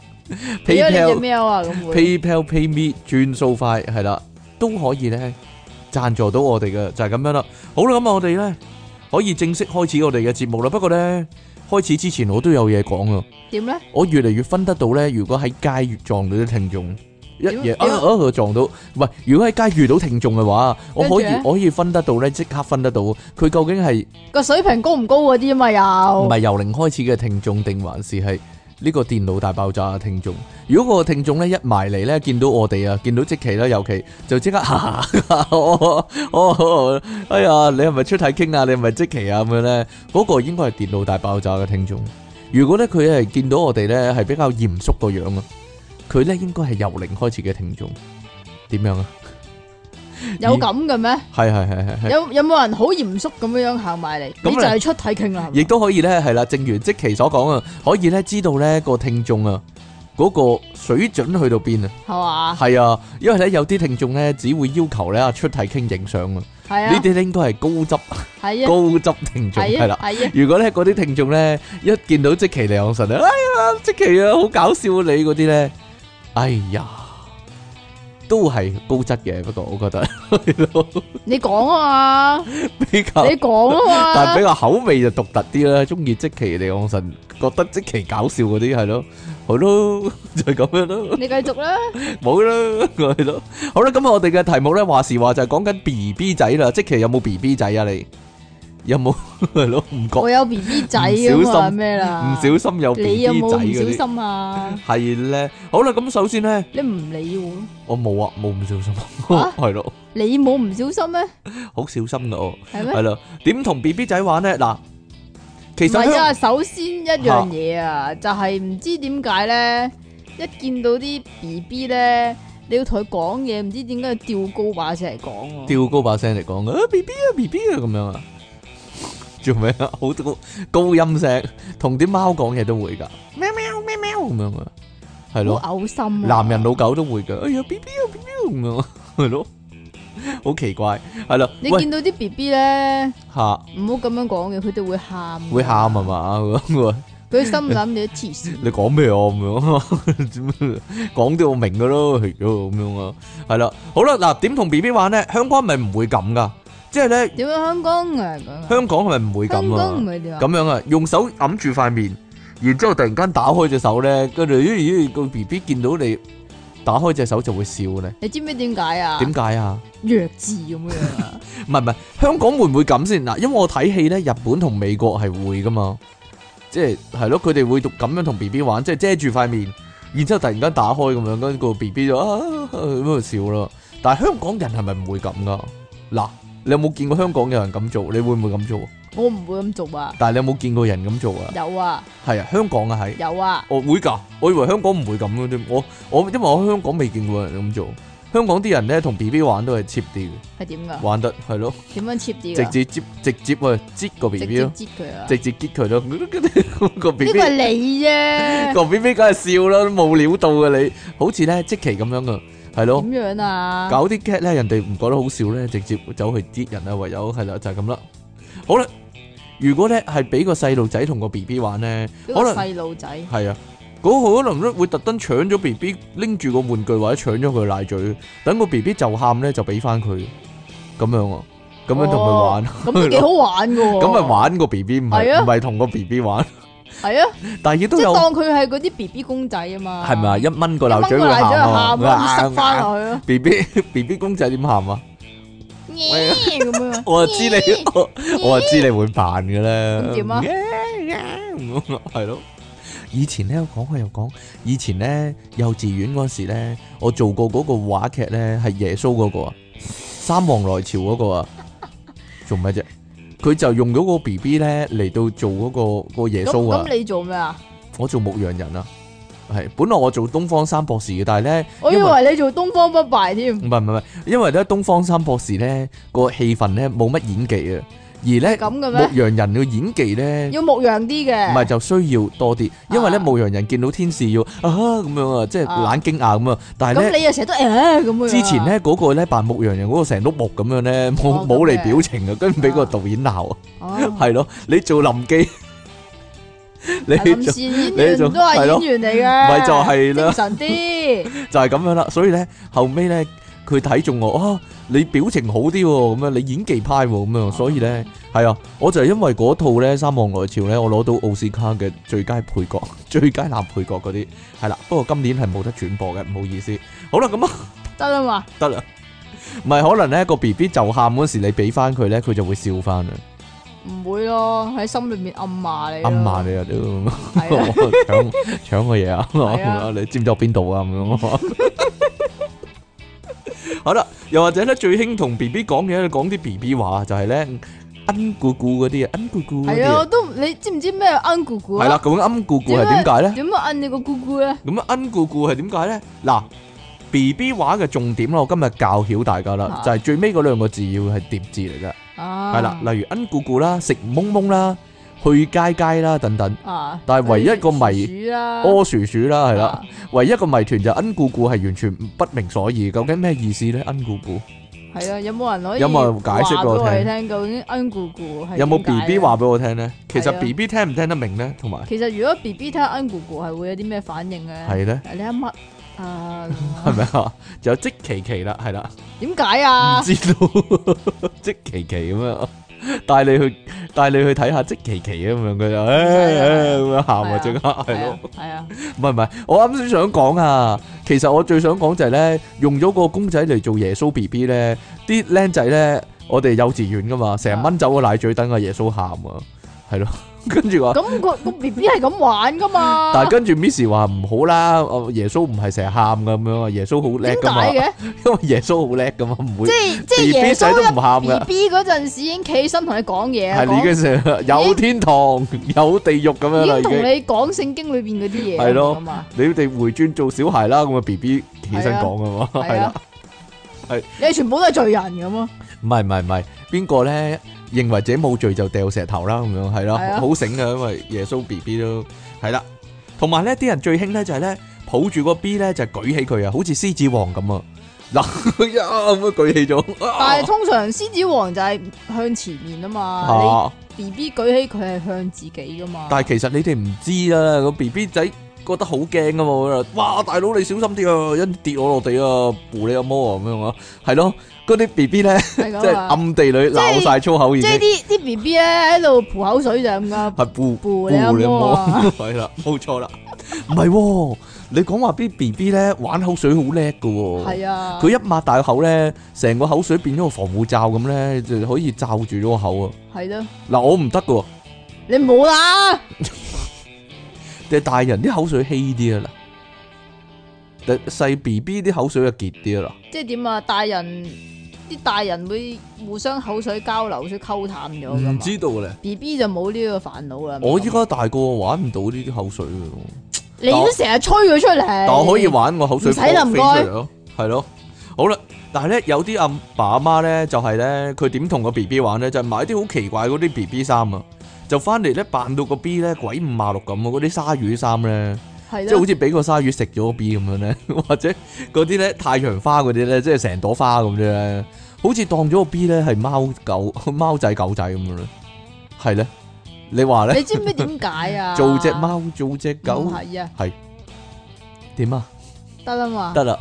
S2: 俾咗你
S1: PayPal
S2: 只 mail 啊咁會，
S1: PayPal、PayMe 轉數快係啦，都可以咧贊助到我哋嘅，就係、咁樣啦。好啦，咁啊，我哋咧可以正式開始我哋嘅節目啦。不過咧，開始之前我都有嘢講啊。
S2: 點咧？
S1: 我越嚟越分得到咧，如果喺街遇撞到啲聽眾，一
S2: 點
S1: 嘢
S2: 點
S1: 啊啊就撞到，唔係如果喺街遇到聽眾嘅話，我可以
S2: 跟住呢
S1: 我可以分得到咧，即刻分得到佢究竟係
S2: 個水平高唔高嗰啲啊嘛
S1: 唔
S2: 又，
S1: 係由零開始嘅聽眾，定還是係呢個電腦大爆炸嘅聽眾？如果個聽眾咧一埋嚟咧，見到我哋啊，見到即期啦，尤其就即刻嚇哦哦，哎呀，你係咪出體傾啊？你係咪即期啊？咁樣咧，嗰、個應該係電腦大爆炸嘅聽眾。如果咧佢係見到我哋咧係比較嚴肅個樣啊，佢咧應該係由零開始嘅聽眾。點樣啊？
S2: 有咁嘅咩？
S1: 係係係係係。
S2: 有有冇人好嚴肅咁樣行埋嚟？
S1: 咁
S2: 你就
S1: 咧
S2: 係出體傾啦，係咪
S1: 亦都可以咧，係啦，正如即其所講啊，可以咧知道咧個聽眾啊嗰、個水準去到邊啊，
S2: 係嘛？
S1: 係啊，因為咧有啲聽眾咧只會要求咧出題傾影相啊，
S2: 係
S1: 呢
S2: 啊，
S1: 啲應該係高質
S2: 係啊，
S1: 高質聽眾
S2: 係
S1: 係
S2: 啊
S1: 啦，。
S2: 係啊，
S1: 如果咧嗰啲聽眾咧一見到即其嚟昂神啊，哎呀，即其啊好搞笑啊你嗰啲咧，哎呀，都係高質嘅，不過我覺得係咯
S2: 你講啊嘛，
S1: 比較。
S2: 你講
S1: 但
S2: 啊
S1: 係比
S2: 嘛，
S1: 較口味就獨特啲啦，中意即其利昂神，覺得即其搞笑嗰啲係咯， 好咯，就係咁樣咯，
S2: 你繼續啦，
S1: 冇啦，係咯，好啦，咁我哋嘅題目咧話時話就係講緊 B B 仔啦，即其有冇 B B 仔啊？你有冇 係咯？唔覺
S2: 我有 B B 仔咁
S1: 唔小
S2: 啊
S1: 心
S2: 咩啦？
S1: 唔小心有 B
S2: 你有
S1: B 仔
S2: 冇唔
S1: 嗰啲
S2: 小心啊？
S1: 係咧，好啦，咁首先咧，
S2: 你唔理我，
S1: 我冇啊，冇唔小心，
S2: 啊
S1: 係咯，
S2: 你冇唔小心咩？
S1: 好小心噶我，
S2: 係咩
S1: 係？啦，點同 B B 仔玩咧？嗱，其
S2: 唔
S1: 實
S2: 係
S1: 香
S2: 啊，首先一樣嘢啊，就係唔知點解咧，一見到啲 B B 咧，你要同佢講嘢，唔知點解要吊高把聲嚟講喎。
S1: 吊高把聲嚟講啊，B B 啊 B B 啊咁樣啊，做咩啊？好高高音聲，同啲貓講嘢都會㗎，喵喵喵喵咁樣啊，係咯，
S2: 好嘔心啊！
S1: 男人老狗都會㗎，哎呀 B B 啊 B B 咁樣啊， 係咯，好奇怪，係啦，
S2: 你
S1: 喂
S2: 見到啲 B B 咧，
S1: 嚇
S2: 唔好咁樣講嘅，佢哋會喊。
S1: 會喊係？嘛？咁啊
S2: 佢心諗你都黐線，
S1: 你講咩啊咁樣，點啊講到我明㗎咯，係咯咁樣啊，係啦，好啦，嗱點同 B B 玩咧？香港係咪唔會咁㗎？即係咧，
S2: 點解香港啊？咁啊
S1: 香港係咪唔會
S2: 香
S1: 咁啊
S2: 港唔？係點啊？
S1: 咁樣啊，用手揞住塊面，然之後突然間打開隻手咧，跟住咦咦個 B B 見到你打開隻手就會笑咧，
S2: 你知唔知點解啊？
S1: 點解啊？
S2: 弱智咁樣啊？
S1: 唔係唔係，香港會唔會咁先嗱？因為我睇戲咧，日本同美國係會噶嘛，即係係咯，佢哋會咁樣同 B B 玩，即係遮住塊面，然之後突然間打開咁樣，跟住個 B B 就啊咁就笑咯。但係香港人係咪唔會咁噶？嗱，你有冇見過香港有人咁做？你會唔會咁做？
S2: 我唔會咁做啊！
S1: 但係你有冇見過人咁做啊？
S2: 有啊，
S1: 係啊，香港啊係。
S2: 有啊，
S1: 我會㗎，我以為香港唔會咁嘅添。我我因為我喺香港未見過人咁做，香港啲人咧同 B B 玩都係 cheap 啲嘅，
S2: 係點㗎？
S1: 玩得係咯，
S2: 點樣 cheap 啲
S1: 直
S2: 㗎？
S1: 接接直接啊，接個 B
S2: 直
S1: B
S2: 接
S1: 咯，
S2: 擠佢啊！
S1: 直接激 佢咯，個 B
S2: 呢
S1: B
S2: 個係你啫，
S1: 個 B B 梗係笑啦，都冇料到嘅你，好似咧即期咁樣噶，係咯。
S2: 點樣啊？
S1: 搞啲 cat 咧，人哋唔覺得好笑咧，直接走去擠人啊，唯有係啦，就係咁啦。好啦，如果咧係俾個細路仔同個 B B 玩咧，
S2: 呢
S1: 可
S2: 個
S1: 能
S2: 細 路仔
S1: 係啊，嗰個可能咧會特登搶咗 B B 拎住個玩具或者搶咗佢奶嘴，等個 B B 就喊咧就俾翻佢，咁樣啊，咁樣同佢玩，
S2: 咁都幾好玩㗎喎。
S1: 咁咪玩個 B B 唔
S2: 係啊
S1: 係唔係同個 B B 玩，
S2: 係啊，
S1: 但係亦都
S2: 即
S1: 有
S2: 係當佢係嗰啲 B B 公仔啊嘛。
S1: 係咪啊？一蚊個
S2: 一
S1: 奶
S2: 掹
S1: 嘴
S2: 個
S1: 會
S2: 奶嘴
S1: 喊
S2: 就
S1: 啊
S2: 喊啦，
S1: 啊
S2: 塞翻落去咯。
S1: ，B B B B 公仔點喊啊？
S2: 咦咁樣啊。
S1: 我就知你，我我就知你會扮嘅啦。
S2: 咁點啊
S1: 咁係咯。以前咧，我講開又講，以前咧幼稚園嗰時咧，我做過嗰個話劇咧，係耶穌嗰個啊，三王來朝嗰個啊，做咩啫？佢就用咗個 B B 咧嚟到做嗰、個、個耶
S2: 咁
S1: 穌啊！
S2: 咁你做咩啊？
S1: 我做牧羊人啊，係本來我做東方三博士嘅，但係咧，
S2: 我以
S1: 因為
S2: 為你做東方不敗添。
S1: 唔係唔係唔係，因為咧東方三博士咧個氣氛咧冇乜演技啊，而咧
S2: 咁嘅
S1: 牧
S2: 咩？
S1: 羊人嘅演技咧，
S2: 要牧羊啲嘅。
S1: 唔係就需要多啲，因為咧
S2: 啊
S1: 牧羊人見到天使要啊咁樣啊，即係
S2: 啊
S1: 懶驚訝咁啊，但係
S2: 咁
S1: 咧。
S2: 你又成日都誒咁樣啊。
S1: 之前咧嗰個咧扮牧羊人嗰個成碌木咁樣咧，冇
S2: 哦
S1: 冇
S2: 咁
S1: 嚟
S2: 嘅
S1: 表情啊，跟住俾個
S2: 啊
S1: 導演鬧啊，
S2: 哦，
S1: 係咯，你做林 記， 你
S2: 係臨
S1: 做
S2: 時演員都
S1: 係咯
S2: 係演員嚟嘅，
S1: 咪就係啦
S2: 精神啲，
S1: 就係咁樣啦，所以咧後尾咧佢睇中我啊，你表情好啲喎，咁樣你演技派喎，咁樣，所以咧係啊，我就係因為嗰套咧《三望來朝》咧，我攞到奧斯卡嘅最佳配角、 最佳男配角嗰啲係啦。不過今年係冇得轉播嘅，唔好意思。好啦，咁啊
S2: 得啦嘛，
S1: 得啦，唔係可能咧個 B B 就喊嗰時，你俾翻佢咧，佢就會笑翻啊，
S2: 唔會咯，喺心裏面暗罵你，
S1: 暗罵，你啊，屌
S2: 係啊，
S1: 搶搶個嘢
S2: 係啊
S1: 啊！你知唔知我邊度啊？咁樣。好啦，又或者咧，最興同 B B 講嘢，講啲 B B 話就係咧，恩咕咕嗰啲啊，恩咕咕嗰
S2: 係
S1: 啲
S2: 啊，
S1: 啊
S2: 我，都唔你知唔知咩係恩咕咕
S1: 係啦，
S2: 啊？
S1: 咁恩咕咕
S2: 點
S1: 係
S2: 解
S1: 點解咧？
S2: 點啊解摁你個咕咕咧？
S1: 咁恩咕咕係點解咧？嗱，B B 話嘅重點啦，我今日教曉大家啦，
S2: 啊
S1: 就係最尾嗰兩個字要係疊字嚟嘅，
S2: 啊，
S1: 係啦，例如恩咕咕啦、食懵懵啦、去街街啦等等，
S2: 啊，
S1: 但係唯一一個迷
S2: 例如鼠啦，
S1: 屙薯鼠啦，係啦
S2: 啊。，
S1: 唯一一個謎團就係恩固固係完全不明所以，究竟咩意思咧？恩固固
S2: 係啦，有冇人可以
S1: 有冇人解釋俾我聽
S2: 話俾聽？究竟恩咕咕係
S1: 有冇
S2: 點解
S1: B
S2: 呢
S1: B 話？俾我聽咧？其
S2: 係
S1: 實
S2: 啊
S1: B B 聽唔聽得明咧？同埋
S2: 其實如果 B B 聽恩咕咕係會有啲咩反應嘅？
S1: 係 咧，
S2: 你啱乜啊？
S1: 係咪啊？就有即其其啦，係啦，
S2: 點解啊
S1: 唔？知道即其其咁樣帶你去帶你去睇下即其其咁樣佢就唉咁樣喊
S2: 啊係
S1: 啊，
S2: 啊
S1: 即刻 係咯。，
S2: 係啊，
S1: 唔係唔係，我啱先想講啊，其實我最想講就係咧，用咗個公仔嚟做耶穌 B B 咧，啲僆仔咧，我哋幼稚園噶嘛，成日掹走個奶嘴等阿耶穌喊啊，係咯， 跟住話，
S2: 咁個個 B B 係咁玩噶嘛？
S1: 但係跟住 Miss 話唔好啦，哦耶穌唔係成日喊噶咁樣啊，耶穌好叻
S2: 點
S1: 噶嘛，
S2: 解嘅？
S1: 因為耶穌好叻噶嘛，唔會
S2: 即係即
S1: B
S2: 係
S1: B
S2: 耶
S1: 仔都
S2: 穌
S1: 唔喊
S2: 一 B
S1: 噶，
S2: B 嗰陣時已經企起身同你講嘢啊啦，
S1: 係你已
S2: 講
S1: 經成有天堂有地獄咁樣
S2: 已
S1: 啦，已
S2: 經同
S1: 經。
S2: 你講聖經裏邊嗰啲嘢
S1: 係咯
S2: 咁啊，
S1: 你哋回轉做小孩啦，咁啊 B B 起身講啊嘛，係
S2: 係
S1: 啦
S2: 啊。，
S1: 係
S2: 你哋全部都係罪人咁啊，
S1: 唔係唔係唔係，邊個咧認為自己冇罪就掉石頭啦，咁樣係
S2: 係
S1: 啦，
S2: 啊
S1: 好醒啊，因為耶穌 B B 都係啦。同埋咧，啲人最興咧就係咧抱住個 B 咧就舉起佢啊，好似獅子王咁啊！ 嗱，呀咁樣舉起咗，
S2: 但
S1: 啊
S2: 係通常獅子王就係向前面啊嘛，
S1: 啊！
S2: 你 B B 舉起佢係向自己噶嘛，
S1: 但係其實你哋唔知啦，個 B B 仔覺得好驚噶嘛，哇！大佬你小心啲啊，一跌我落地啊，扶你阿媽啊咁樣啊，係咯，嗰啲 B B 咧
S2: 係
S1: 即係
S2: 咁啊，
S1: 暗地裏鬧晒粗口已
S2: 即
S1: 經
S2: 係。啲啲 B B 咧喺度吐口水就係咁噶，
S1: 系布
S2: 布你阿媽 啊
S1: 系啦，冇錯啦，唔係喎，你講話啲 B B 咧玩口水好叻噶喎，
S2: 係啊，
S1: 佢一擘大口咧，成個口水變咗個防護罩咁咧，就可以罩住咗個口啊！
S2: 係咯，
S1: 嗱，我唔得噶喎，
S2: 你冇啦，
S1: 但係大人啲口水稀啲啊啦，但細 B B 啲口水就結啲啊啦，
S2: 即係點啊？大人啲大人會互相口水交流，所以溝淡咗㗎嘛
S1: 唔知道咧。
S2: B B 就冇呢個煩惱啦。啊
S1: 我依家大個玩唔到呢啲口水嘅喎，
S2: 你都成日吹佢出嚟，
S1: 但我可以玩個口水
S2: 唔使啦
S1: 波飛
S2: 唔該
S1: 出嚟咯，係咯。好啦，但係咧有啲阿爸阿媽咧就係咧，佢點同個 B B 玩咧，就係買啲好奇怪嗰啲 B B 衫啊，就翻嚟咧扮到個 B 咧鬼五馬六咁啊，嗰啲鯊魚衫咧，
S2: 係
S1: 即係好
S2: 咯，
S1: 似俾個鯊魚食咗個 B 咁樣咧， 或者嗰啲咧太陽花嗰啲咧，即係成朵花咁啫咧，好似當咗個 B 咧係貓狗 貓仔狗仔咁樣咧，係咧，你話咧
S2: 你知唔知點解 啊？
S1: 做只貓做只
S2: 唔
S1: 狗
S2: 係啊，
S1: 點啊？
S2: 得啦嘛，
S1: 得啦，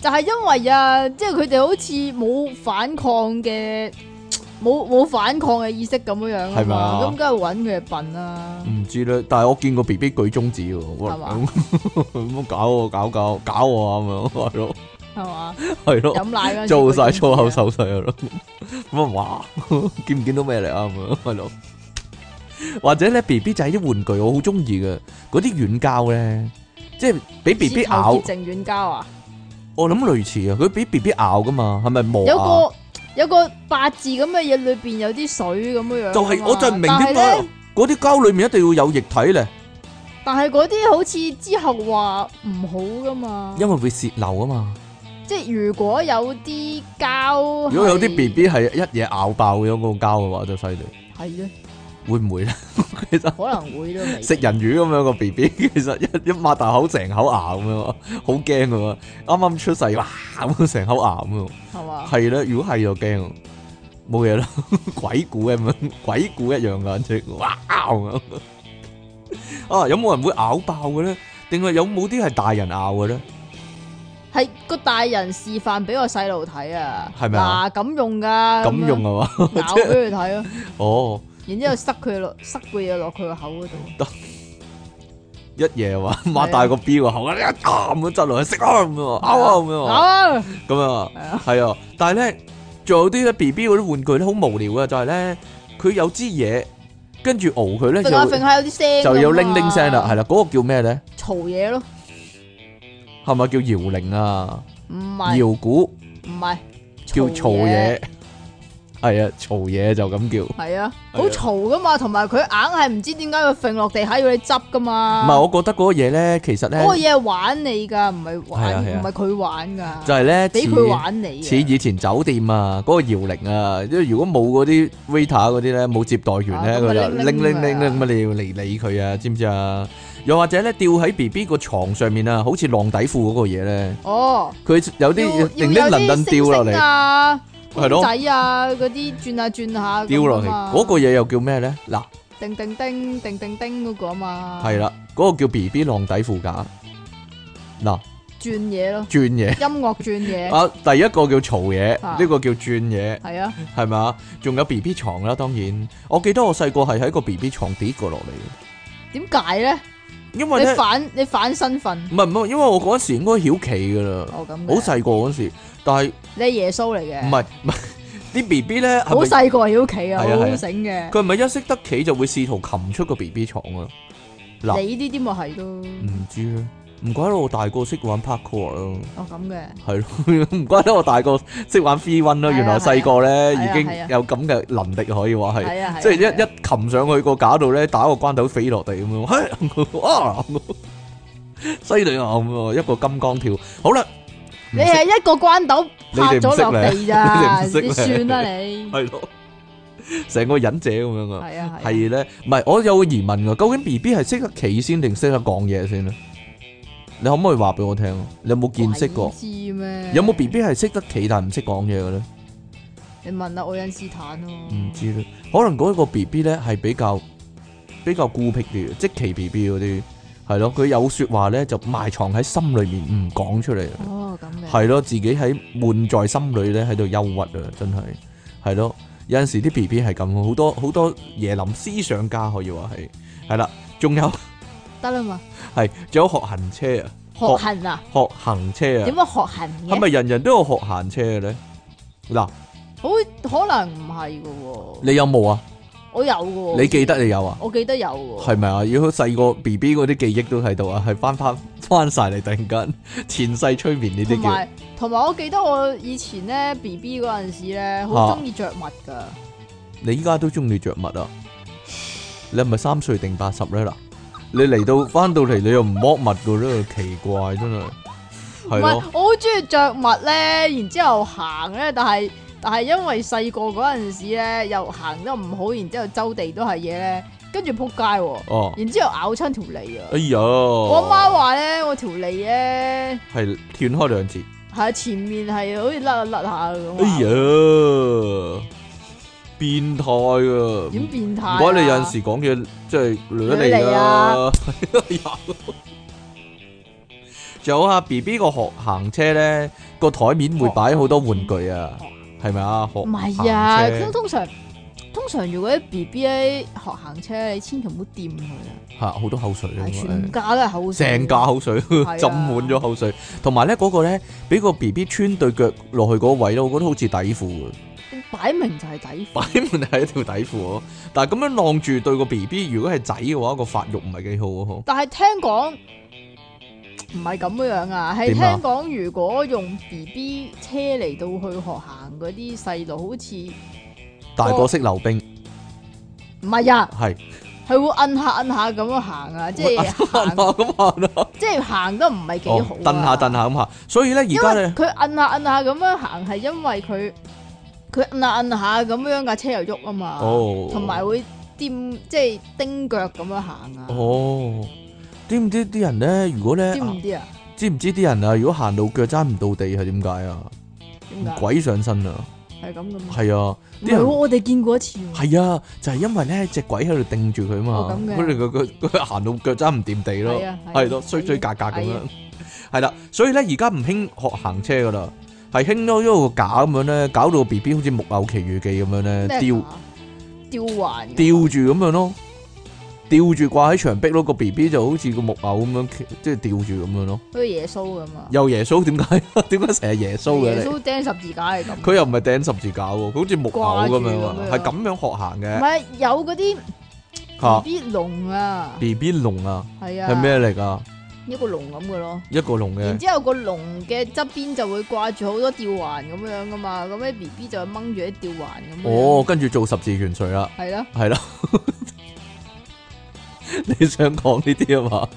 S2: 就係因為啊，即係佢哋好似冇反抗嘅，冇冇反抗嘅意識咁樣樣啊
S1: 係咪啊
S2: 嘛，咁梗係揾佢係笨啦。
S1: 唔知啦，但係我見個 B B 舉中指喎，哇
S2: 係嘛
S1: 咁搞我搞搞搞我啊咁樣，係咯
S2: 係嘛？
S1: 係咯，
S2: 飲奶嗰陣 時
S1: 做晒粗口
S2: 佢
S1: 手勢啊咯，咁啊哇， 見唔見到咩嚟啊咁樣，係咯，或者咧 B B 仔啲玩具我好中意嘅，嗰啲軟膠咧，即係俾 B
S2: 已經
S1: B
S2: 知頭
S1: 咬
S2: 結，靜軟膠啊！
S1: 我諗類似啊，佢俾 B B 咬噶嘛，係咪磨
S2: 有
S1: 牙？
S2: 個有個八字咁嘅嘢，裏邊有啲水咁樣樣啊嘛。
S1: 就係我就唔明
S2: 但係
S1: 點
S2: 咧
S1: 解，嗰啲膠裡面一定要有液體咧，
S2: 但係嗰啲好似之後話唔好噶嘛。
S1: 因為會泄漏啊嘛。
S2: 即係如果有啲膠係，
S1: 如果有啲 B B 係一嘢咬爆咗嗰個膠嘅話，就犀利。
S2: 係咧，
S1: 會唔會咧？其實
S2: 可能會都未
S1: 食人魚咁樣個 B B，其實一一擘大口成口牙咁樣，好驚嘅喎。啱啱出世，哇咁成口牙咁樣。
S2: 係嘛？
S1: 係啦，如果係就驚，冇嘢啦。 鬼故咁樣，鬼故一樣噶，即係哇咁樣。啊，有冇人會咬爆嘅咧？定係有冇啲係大人咬嘅咧？
S2: 係個大人示範俾個細路睇啊，
S1: 係咪啊
S2: 嗱咁用噶，
S1: 咁用
S2: 啊，
S1: 係嘛？
S2: 咬俾佢睇咯，
S1: 哦，
S2: 然之後塞佢落塞個嘢落佢個口嗰度，
S1: 一嘢話擘大個 B 個口，一啖咁窒落去食啊咁樣，咬啊咁樣。
S2: 啊，
S1: 咁啊
S2: 係啊，
S1: 係啊，但係咧，仲有啲咧 B B 嗰啲玩具咧好無聊啊嘅，就係咧佢有支嘢，跟住熬佢咧
S2: 揈下揈
S1: 就
S2: 下有啲聲，
S1: 就有鈴鈴聲啦，係，啦，嗰個叫咩咧？
S2: 嘈嘢咯，
S1: 係咪叫搖鈴啊？
S2: 唔係
S1: 搖鼓
S2: 唔係
S1: 叫嘈，嘢，係啊，嘈嘢就咁叫。
S2: 係啊，
S1: 係啊
S2: 好嘈噶嘛，同埋佢硬係唔知點解佢揈落地下要你執噶
S1: 唔
S2: 嘛，
S1: 係，我覺得嗰個嘢咧，其實
S2: 嗰個
S1: 咧
S2: 嘢係玩你噶，唔係
S1: 係啊係啊
S2: 玩，唔係佢玩噶，
S1: 就係咧
S2: 俾佢
S1: 似
S2: 玩你
S1: 似以前酒店啊嗰個搖鈴啊，因為如果冇嗰啲 waiter 嗰啲咧，冇接待員咧，
S2: 啊
S1: 佢
S2: 咁咪
S1: 就
S2: 拎
S1: 拎拎拎拎
S2: 拎佢啊
S1: 乜你要嚟理佢啊，知唔知啊？又或者咧吊喺 B B 個床上面啊，好似晾底褲嗰個嘢咧，
S2: 哦。
S1: 佢有啲
S2: 要
S1: 零零能能掉落
S2: 要有啲星星
S1: 嚟，
S2: 啊，
S1: 係咯
S2: 公仔啊，嗰啲轉下轉下
S1: 掉落嚟嗰個
S2: 個
S1: 嘢又叫咩咧？嗱，
S2: 叮叮叮叮叮叮嗰個啊嘛，
S1: 係啦，嗰個叫 B B 晾底褲架，嗱
S2: 轉嘢咯，
S1: 轉 嘢
S2: 音樂轉嘢
S1: 啊，第一個叫嘈嘢，
S2: 啊
S1: 呢個叫轉嘢。
S2: 係啊，
S1: 係咪啊？仲有 B B 床啦，當然，我記得我細個係喺個 B B 床跌過落嚟
S2: 點解咧？
S1: 嘅，因為咧
S2: 你反你反身份
S1: 唔係唔係，因為我嗰時應該曉企噶啦，
S2: 哦咁嘅，
S1: 好細個嗰時，但係
S2: 你係耶穌嚟嘅，
S1: 唔係唔係啲 B B 咧，
S2: 好
S1: 係咪
S2: 細個喺屋企
S1: 係
S2: 啊，
S1: 啊係啊
S2: 好醒嘅，
S1: 佢係咪一識得企就會試圖擒出個 B B 床啊？嗱
S2: 你呢啲咪係咯，
S1: 唔知咧，唔怪得我大個識玩 parkour 咯，
S2: 哦咁嘅，
S1: 係咯，唔怪得我大個識玩 free run 咯，
S2: 係啊
S1: 原來我細個咧
S2: 係啊
S1: 已經
S2: 係啊
S1: 有咁嘅能力可以話係。
S2: 係啊係啊，
S1: 即係一
S2: 係啊
S1: 一擒上去個架度咧，打個關斗飛落地咁樣，嘿 啊，犀利啊咁啊，一個金剛跳，好啦，唔
S2: 你係一個關斗
S1: 你哋
S2: 拍
S1: 唔識
S2: 咗落
S1: 咧
S2: 地咋，
S1: 你哋唔識咧
S2: 你算啦你，
S1: 係咯， 成個忍者咁樣啊，
S2: 係啊係啊。
S1: 係咧，唔係我有個疑問噶，究竟 B B 係識得企先定識得講嘢先咧？你可唔可以話俾我聽？你有冇見識過
S2: 鬼？知咩？
S1: 有冇 B B 係識得企但唔識講嘢嘅咧？
S2: 你問下愛因斯坦咯。
S1: 唔知咧，可能嗰個 B B 咧係比較比較孤僻啲嘅，即其 B B 嗰啲係咯，佢有説話咧就埋藏喺心裏面唔講出嚟，
S2: 哦，咁嘅。
S1: 係咯，自己喺悶在心裏咧喺度憂鬱啊，真係係咯，有陣時啲 B B 係咁，好多好多椰林思想家可以話係係啦，仲有
S2: 得啦嘛。
S1: 係仲有學行車啊，
S2: 學行啊？
S1: 學行車啊
S2: 點，解學行
S1: 係
S2: 嘅？
S1: 咪人人都有學行車嘅咧？嗱，
S2: 好可能唔係嘅喎。
S1: 你有冇啊？
S2: 我有嘅喎。
S1: 你記得你有啊？
S2: 我記得有嘅喎。
S1: 係咪啊？如果細個 B B 嗰啲記憶都喺度啊，係翻翻翻晒嚟，突然間前世催眠呢
S2: 同
S1: 啲叫
S2: 埋同埋，我記得我以前咧 B B 嗰陣時咧，
S1: 啊
S2: 好中意着襪㗎。
S1: 你依家都中意着襪啊？你係咪三歲定八十咧嗱？你嚟到翻到嚟，你又唔剝襪噶啦，奇怪真係係
S2: 唔係
S1: 咯，，
S2: 我好中意着襪咧，然之後行咧，但係但係因為細個嗰陣時咧，又行得唔好，然之後周地都係嘢咧，跟住撲街喎，
S1: 哦，
S2: 然之後咬親條脷啊！
S1: 哎呀，
S2: 我
S1: 我
S2: 阿媽話咧，我條脷咧
S1: 系断开两截，
S2: 係啊前面係好似甩下甩下咁
S1: 哎
S2: 啊，
S1: 呀，变态啊！
S2: 點變態
S1: 唔
S2: 啊？
S1: 该，你有阵时讲嘢即系掠
S2: 掠
S1: 嚟
S2: 嚟
S1: 啊
S2: 啊！
S1: 仲有啊，B B 个学行车咧，个台面会摆好多玩具啊，系咪啊？学
S2: 唔係啊，
S1: 行
S2: 通
S1: 車
S2: 通常通常如果啲 B B 咧學行車，你千祈唔好掂佢啊，
S1: 吓好多口水啊
S2: 係
S1: 嘛，
S2: 全架都係口水
S1: 成架口水
S2: 啊
S1: 浸滿咗口水，同埋咧嗰個咧俾個 B B 穿對腳落去嗰個位咯，我覺得好似底褲嘅，
S2: 擺明就係底 褲。
S1: 擺明係一條底褲咯。但係咁樣晾住對個 B B，如果係仔嘅話，個發育唔係幾好喎。
S2: 但係聽講唔係咁樣啊，係
S1: 點
S2: 聽
S1: 啊
S2: 講如果用 B B 車嚟到去學行嗰啲細路，好似唔
S1: 大個識溜冰，
S2: 係啊，
S1: 係
S2: 佢會摁下摁下咁樣行啊，即係啊
S1: 行
S2: 行，
S1: 下 咁行啦，
S2: 即係行得唔係幾好
S1: 哦
S2: 啊，
S1: 蹬下蹬下咁行。所以咧而
S2: 因
S1: 家
S2: 為
S1: 咧
S2: 佢摁下摁下咁樣行，係因為佢佢摁下摁下咁樣架車又喐啊嘛，
S1: 哦，
S2: 同埋會掂即係釘腳咁樣行啊，
S1: 哦，知唔知啲人咧？如果咧
S2: 知，唔知啊？
S1: 知唔知啲人啊？如果行到腳踭唔到地係點解啊？
S2: 點解
S1: 鬼上身啊！
S2: 係咁嘅咩？
S1: 係啊，
S2: 唔
S1: 啲
S2: 係喎，
S1: 人。
S2: 我哋見過一次喎。
S1: 系啊，就係因為咧只鬼喺度定住佢嘛
S2: 哦，咁嘅
S1: 佢哋個佢佢行到腳踭唔掂地咯
S2: 係啊，係啊
S1: 係咯，衰衰格格咁
S2: 係
S1: 樣
S2: 啊，
S1: 係啦，所以咧而家唔興學行車噶啦，係興咗一個架咁樣咧，搞到 B B 好似木偶奇遇記咁樣咧，
S2: 咩
S1: 吊
S2: 架吊啊環嘅，
S1: 吊住咁樣咯，吊住掛喺牆壁咯，個 B B 就好似個木偶咁樣，即係吊住咁樣咯。
S2: 好似耶穌咁啊！
S1: 又耶穌點解？ 點解成日耶穌嘅
S2: 耶
S1: 你？
S2: 穌釘十字架係咁，
S1: 佢又唔係掟十字架喎，佢好似木偶咁
S2: 掛住
S1: 樣啊，
S2: 咁樣
S1: 係咁樣學行
S2: 唔
S1: 嘅
S2: 係有嗰啲
S1: 嚇。
S2: B B 龍啊，
S1: B B 龍啊，
S2: 係啊，
S1: 係咩嚟㗎？
S2: 一個龍咁嘅咯。
S1: 一個龍
S2: 然
S1: 嘅，
S2: 之後個龍嘅側邊就會掛住好多吊環咁樣噶嘛，咁咧 B B 就掹住啲吊環咁樣。
S1: 哦，，跟住做十字懸垂啦，
S2: 係啦，
S1: 係啦。你想講呢啲啊嘛？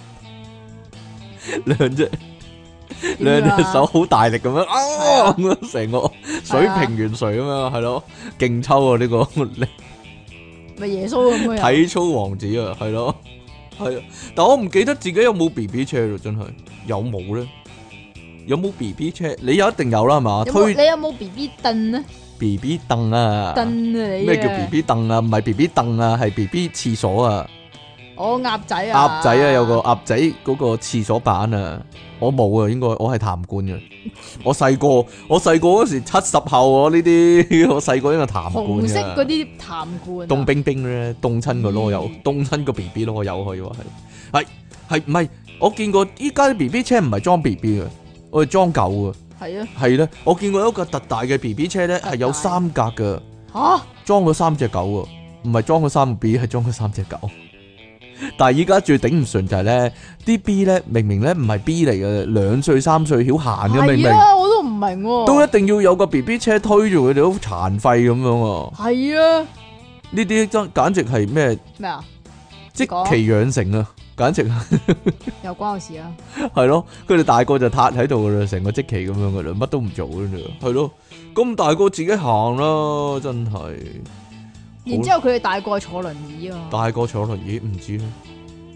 S1: 兩隻兩
S2: 點
S1: 隻
S2: 啊
S1: 手好大力咁樣，
S2: 係
S1: 啊
S2: 啊
S1: 咁樣成個水平懸垂咁樣，係咯，勁抽啊呢 個
S2: 咪耶穌咁啊嘅人。
S1: 體操王子啊，係咯，係啊。但我唔記得自己有冇 B B 車咯，真係有冇咧？有冇 B B 車？你有一定有啦，係嘛？
S2: 有
S1: 推
S2: 冇你有冇 B B 凳咧？
S1: B B 凳啊，
S2: 凳啊你
S1: 咩叫
S2: 啊
S1: B B 凳啊？唔係 B B 凳啊，係 B B 廁所啊，
S2: 我鴨仔啊！
S1: 鴨仔啊，有個鴨仔嗰個廁所板啊，我冇啊，應該我係痰罐嘅。我細個，我細個嗰時七十後我呢啲， 我細個應該痰罐
S2: 紅色嗰
S1: 嘅，
S2: 啲痰罐啊，
S1: 凍冰冰咧，凍親個囉柚
S2: 嗯，
S1: 凍親個 B B 囉柚可以話係，係係唔係？我見過依家啲 B B 車唔係裝 B B 嘅，我係裝狗嘅，
S2: 係啊
S1: 係咧，我見過一個特大嘅 B B 車咧係有
S2: 特大
S1: 三格嘅。
S2: 吓
S1: 裝咗三隻狗啊，唔係裝咗三個 B，係裝咗三隻狗。 但係依家最頂唔順就係咧，啲 B 咧明明咧唔係 B 嚟嘅，兩歲三歲曉行嘅明
S2: 係
S1: 明，
S2: 啊，我都唔明喎。
S1: 都一定要有個 B B 車推住佢哋好殘廢咁樣啊！
S2: 係啊，
S1: 呢啲真簡直係咩
S2: 咩啊？
S1: 即
S2: 講
S1: 其養成啊！簡直係
S2: 又關我事啊？
S1: 係咯，佢哋大個就塌喺度噶啦，成個即期咁樣噶啦，乜都唔做噶啦，係咯，咁大個自己行啦，真係
S2: 然之後佢哋大個坐輪椅啊嘛，
S1: 大個坐輪椅唔知咧，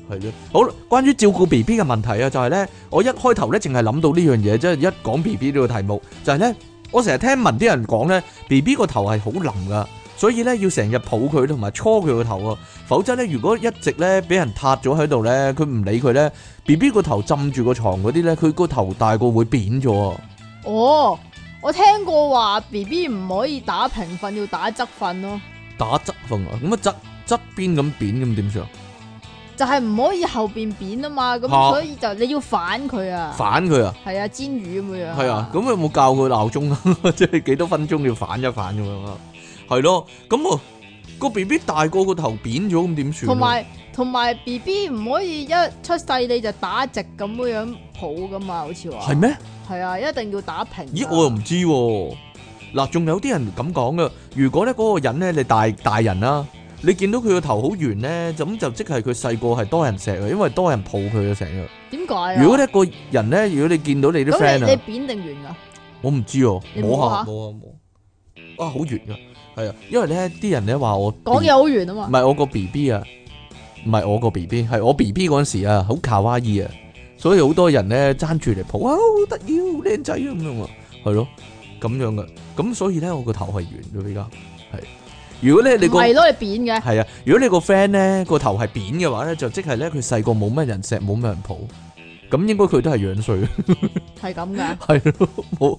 S1: 係咯。好啦，關於照顧 B B 嘅問題啊，就係、咧，我一開頭咧淨係諗到呢樣嘢，即係一講 B B 呢個題目，就係、呢。咧，我成日聽聞啲人講咧，B B 個頭係好腍噶，所以咧要成日抱佢同埋搓佢個頭啊，否則咧如果一直咧俾人塌咗喺度咧，佢唔理佢咧，B B 個頭浸住個床嗰啲咧，佢個頭大個會扁咗啊。
S2: 哦，我聽過話 B B 唔可以打平瞓，要打側瞓咯，
S1: 打側瞓啊，咁啊側側邊咁扁咁點算啊？
S2: 就係唔可以後邊扁啊嘛，咁
S1: 嚇
S2: 所以就你要反佢啊，
S1: 反佢啊！
S2: 係啊，煎魚咁樣，
S1: 係啊，咁有冇教佢鬧鐘 啊？即係幾多分鐘要反一反咁樣啊？係咯，咁啊個 B B 大個個頭扁咗，咁點算啊？
S2: 同埋同埋 B B 唔可以一出世你就打直咁樣抱噶嘛，好似話
S1: 係？咩？
S2: 係啊，一定要打平啊。
S1: 咦，我又唔知喎、嗱，仲有啲人咁講噶，如果咧嗰個人咧，你大大人啦、你見到佢個頭好圓咧，咁就即係佢細個係多人錫嘅，因為多人抱佢嘅成日。
S2: 點解啊？
S1: 如果一個人咧，如果你見到你啲
S2: 咁
S1: friend
S2: 你你
S1: 啊，
S2: 扁定圓噶？
S1: 我唔知哦，
S2: 你
S1: 摸
S2: 摸
S1: 下
S2: 下
S1: 摸下摸下，哇好圓噶，係啊，因為咧啲人咧話我
S2: 講嘢好圓啊
S1: 唔
S2: 嘛，
S1: 係我個 B B 啊，唔係我個 B B，係我 B B 嗰陣時啊，好卡哇伊啊，所以好多人咧爭住嚟抱啊，好得意，好靚仔啊咁樣啊，係咯，咁樣嘅，咁所以咧我個頭係圓嘅比較係。如果咧
S2: 唔
S1: 你個
S2: 係咯，你扁嘅，
S1: 係啊，如果你個 friend 咧個頭係扁嘅話咧，就即係咧佢細個冇乜人錫，冇乜人抱，咁應該佢都係樣衰，
S2: 係咁噶。
S1: 係咯，冇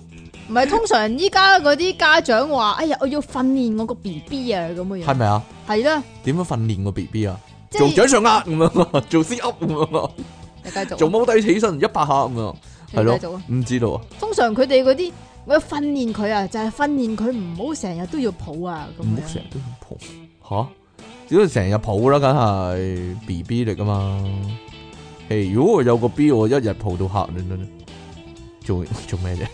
S2: 唔係通常依家嗰啲家長話：哎呀，我要訓練我個 B B 啊，咁
S1: 係
S2: 嘅樣。
S1: 咪啊？
S2: 係啦，
S1: 點樣訓練個 B B 啊？
S2: 即
S1: 做
S2: 係
S1: 掌上壓咁樣啊，做 sit up 咁樣啊，
S2: 你繼續啊，
S1: 做踎低起身一百下咁樣啊，
S2: 你
S1: 係
S2: 繼續
S1: 咯
S2: 啊，
S1: 唔知道啊。
S2: 通常佢哋嗰啲，我要訓練佢啊，就係訓練佢唔好成日都要抱啊，咁
S1: 唔好成
S2: 樣
S1: 日都要抱吓，只要成日抱啦，梗係 B B 嚟噶嘛。誒，如果我有個 B，我一日抱到黑你咧，做做咩啫？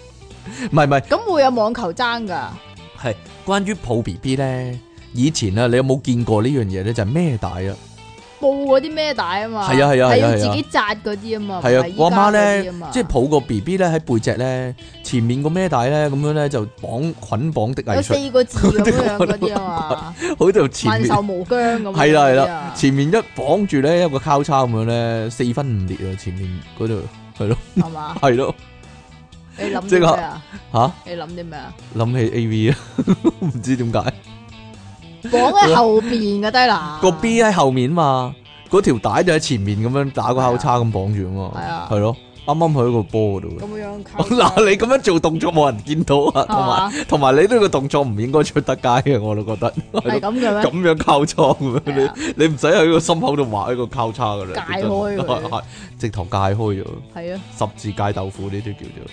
S1: 唔係唔係，
S2: 咁會有網球爭㗎，
S1: 係關於抱 B B 咧。以前啊，你有冇見過呢樣嘢咧？就係孭帶啊，
S2: 布嗰啲咩帶啊嘛，
S1: 係啊係啊係
S2: 係
S1: 啊
S2: 要
S1: 係啊
S2: 自己紮嗰啲啊嘛，
S1: 係啊
S2: 唔依，家
S1: 我阿媽
S2: 嗰啲啊
S1: 咧
S2: 嘛，
S1: 即係抱個 B B 咧喺背脊咧，前面個孭帶咧咁樣咧就綁捆綁的
S2: 有
S1: 藝術，
S2: 四個字咁樣嗰啲啊嘛，
S1: 好度 前
S2: 萬
S1: 面
S2: 壽無疆咁樣嗰啲啊。
S1: 系啦系啦，前面一綁住咧，一個交叉咁樣咧，四分五裂啊！前面嗰度
S2: 係嘛？
S1: 係咯，
S2: 你諗
S1: 即
S2: 啲
S1: 刻
S2: 咩啊？
S1: 吓
S2: 你諗啲咩啊？
S1: 諗起 A V 啊， 唔知點解
S2: 綁喺後邊嘅低拿
S1: 個 B 喺後面嘛，嗰條帶就喺前面咁樣打個交叉咁綁住啊
S2: 係
S1: 嘛
S2: 啊，
S1: 係咯，啱啱喺個波嗰度嘅。
S2: 咁樣靠
S1: 嗱，你咁樣做動作冇人見到啊，同埋
S2: Ờ.
S1: 同埋你呢個動作唔應該出得街嘅，我都覺得
S2: 係
S1: 係咯
S2: 咁嘅
S1: 咁
S2: 咩？
S1: 樣交叉咁
S2: 係
S1: 樣
S2: 啊，
S1: 你你唔使喺個心口度畫一個交叉噶啦，
S2: 界開佢
S1: 係係直頭界開咗。
S2: 係啊，
S1: 十字界豆腐呢啲叫做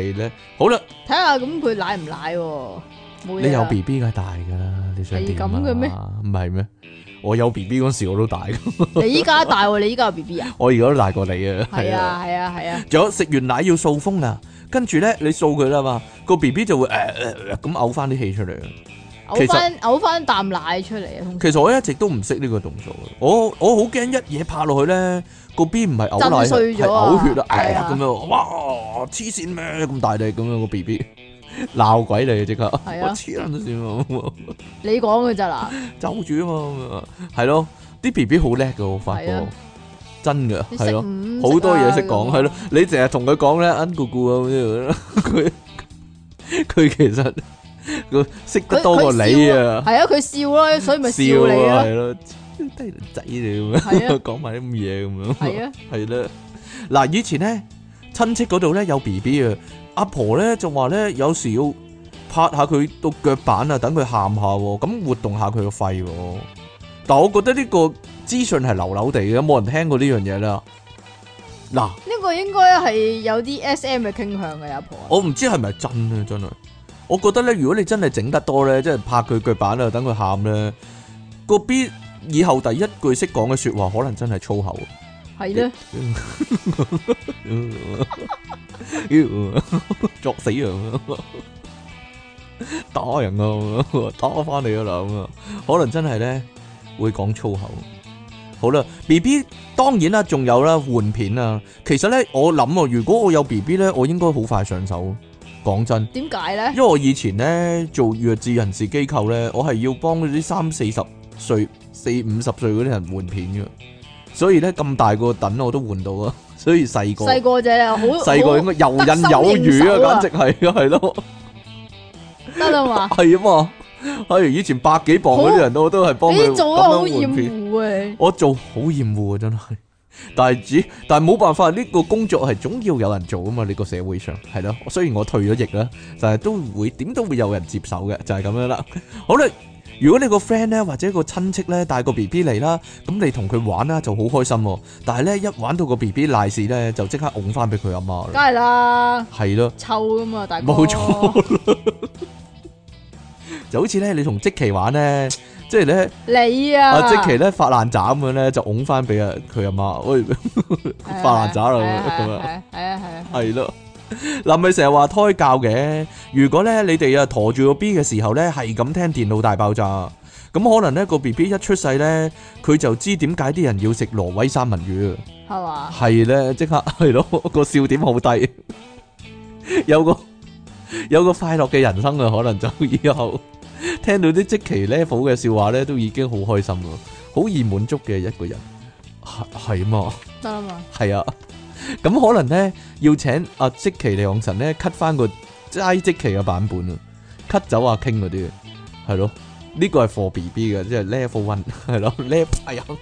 S1: 係咧。好啦，
S2: 睇下咁佢奶唔奶喎？冇嘢啊
S1: 你有 B B 梗係大噶啦，你想點啊
S2: 係咁嘅咩？
S1: 唔係咩？我有 B B 嗰時我都大㗎，
S2: 你依家大喎，你依家有 B B 啊？
S1: 我而家都大過你啊。
S2: 係啊，係啊，係啊，
S1: 仲有食完奶要掃風啊，跟住咧你掃佢啦嘛，個 B B 就會誒誒咁嘔翻啲氣出嚟啊。其實
S2: 嘔翻嘔翻啖奶出嚟啊！通常
S1: 其實我一直都唔識呢個動作嘅，我我好驚一嘢拍落去咧，個 B 唔係嘔奶，
S2: 浸碎
S1: 係
S2: 咗啊
S1: 嘔血啊！哎呀
S2: 係啊
S1: 咁樣，哇黐線咩咁大力咁樣個 B B 鬧鬼你啊即刻，
S2: 係啊
S1: 我黐撚線啊！
S2: 你講嘅咋嗱？
S1: 走住啊嘛，係咯，啲 B B 好叻噶，我發
S2: 係
S1: 覺
S2: 啊
S1: 真噶，
S2: 你
S1: 係
S2: 食
S1: 咯，
S2: 唔
S1: 好多嘢識講，
S2: 咁
S1: 係咯，你成日同佢講咧，恩咕咕咁樣， 佢佢其實佢識得多過你啊，
S2: 係啊，佢笑咯，所以咪笑你
S1: 啊，
S2: 咯。
S1: 係咯，低能仔你咁
S2: 係
S1: 樣，
S2: 啊
S1: 講埋啲咁嘢咁樣，
S2: 係啊，
S1: 係啦，嗱，以前咧親戚嗰度咧有 B B 啊，阿婆咧就話咧有時要拍下佢到腳板啊，等佢喊下喎，咁活動下佢個肺喎。但我覺得呢個資訊係流流地嘅，冇人聽過呢樣嘢啦。嗱，
S2: 呢個應該係有啲 S M 嘅傾向嘅阿婆啊。
S1: 我唔知係咪真啊，真係。我覺得咧，如果你真係整得多咧，即係拍佢腳板啊，等佢喊咧，個 B 以後第一句識講嘅説話，可能真係粗口。
S2: 係咧，
S1: 作死人啊！打人啊！打翻你啊啦咁啊！可能真係咧會講粗口。好啦，B B 當然啦，仲有啦換片啊。其實咧，我諗啊，如果我有 B B 咧，我應該好快上手。講真，
S2: 點解咧
S1: 因？為我以前咧做弱智人士機構咧，我係要幫嗰啲三四十歲、四五十歲嗰啲人換片嘅，所以咧咁大個等我都換到啊， 所以細個
S2: 細個啫，好
S1: 細個應
S2: 好
S1: 該游刃有餘啊，
S2: 得心應手啊
S1: 簡直係係咯，
S2: 得啦嘛。
S1: 係啊嘛，係以前百幾磅嗰啲人我都係幫
S2: 你
S1: 佢咁
S2: 做得
S1: 樣
S2: 好
S1: 換
S2: 厭
S1: 片，
S2: 惡啊！你
S1: 我做好厭惡啊，真係。但係只但係冇辦法，呢、個工作係總要有人做啊嘛，呢、個社會上係咯。雖然我退咗役啦，但係都會點都會有人接手嘅，就係、咁樣啦。好啦，如果你個 friend 咧或者個親戚咧帶個 B B 嚟啦，咁你同佢玩啦就好開心喎。但係咧一玩到個 B B 賴屎咧，就即刻拱翻俾佢阿媽
S2: 梗
S1: 啦。
S2: 係啦，
S1: 係咯。
S2: 臭噶嘛，大哥。
S1: 冇錯啦， 就好似咧，你同積淇玩咧，即係咧，
S2: 你
S1: 阿
S2: 啊，
S1: 積淇咧發爛渣咁樣咧，就拱翻俾啊佢阿媽，喂，發爛渣啦咁樣，
S2: 係啊係啊係啊，
S1: 係咯。嗱，咪成日話胎教嘅，如果咧你哋啊陀住個 B 嘅時候咧，係咁聽電腦大爆炸，咁可能咧個 B B 一出世咧，佢就知點解啲人要食挪威三文魚啊。
S2: 系嘛？
S1: 系咧，即刻 系咯，個笑點好低，有個有個快樂嘅人生啊，可能就以後聽到啲即期 level 嘅笑話咧，都已經好開心咯，好易滿足嘅一個人，係係嘛，
S2: 得啦嘛，
S1: 係啊， 咁可能咧要請阿即期李昂臣咧 cut 翻個齋即期嘅版本啊，cut 走阿 King 嗰啲啊，係咯，呢個係 for B B 嘅，即係 level one 係咯，level 哎呀